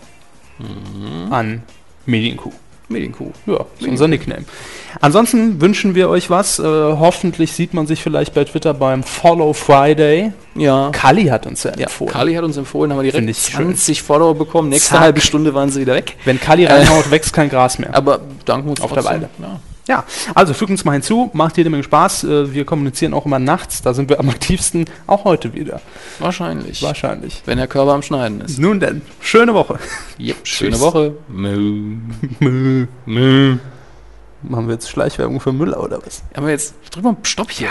an medienq. Mhm. Medienkuh. Ja, ist unser Nickname. Ansonsten wünschen wir euch was. Äh, hoffentlich sieht man sich vielleicht bei Twitter beim Follow Friday. Ja. Kali hat uns ja empfohlen. Kali hat uns empfohlen, haben wir direkt Finde ich schön. 20 Follower bekommen. Nächste Zack. halbe Stunde waren sie wieder weg. Wenn Kali reinhaut, wächst kein Gras mehr. Aber danken uns Auf der trotzdem. Weide. Ja. Ja, also fügt uns mal hinzu, macht jede Menge Spaß. Äh, Wir kommunizieren auch immer nachts, da sind wir am aktivsten, auch heute wieder, Wahrscheinlich. wahrscheinlich. Wenn der Körper am Schneiden ist. Nun denn, schöne Woche. Yep, schöne Tschüss. Woche. Mö. Mö. Mö. Machen wir jetzt Schleichwerbung für Müller oder was? Aber jetzt drück mal Stopp hier.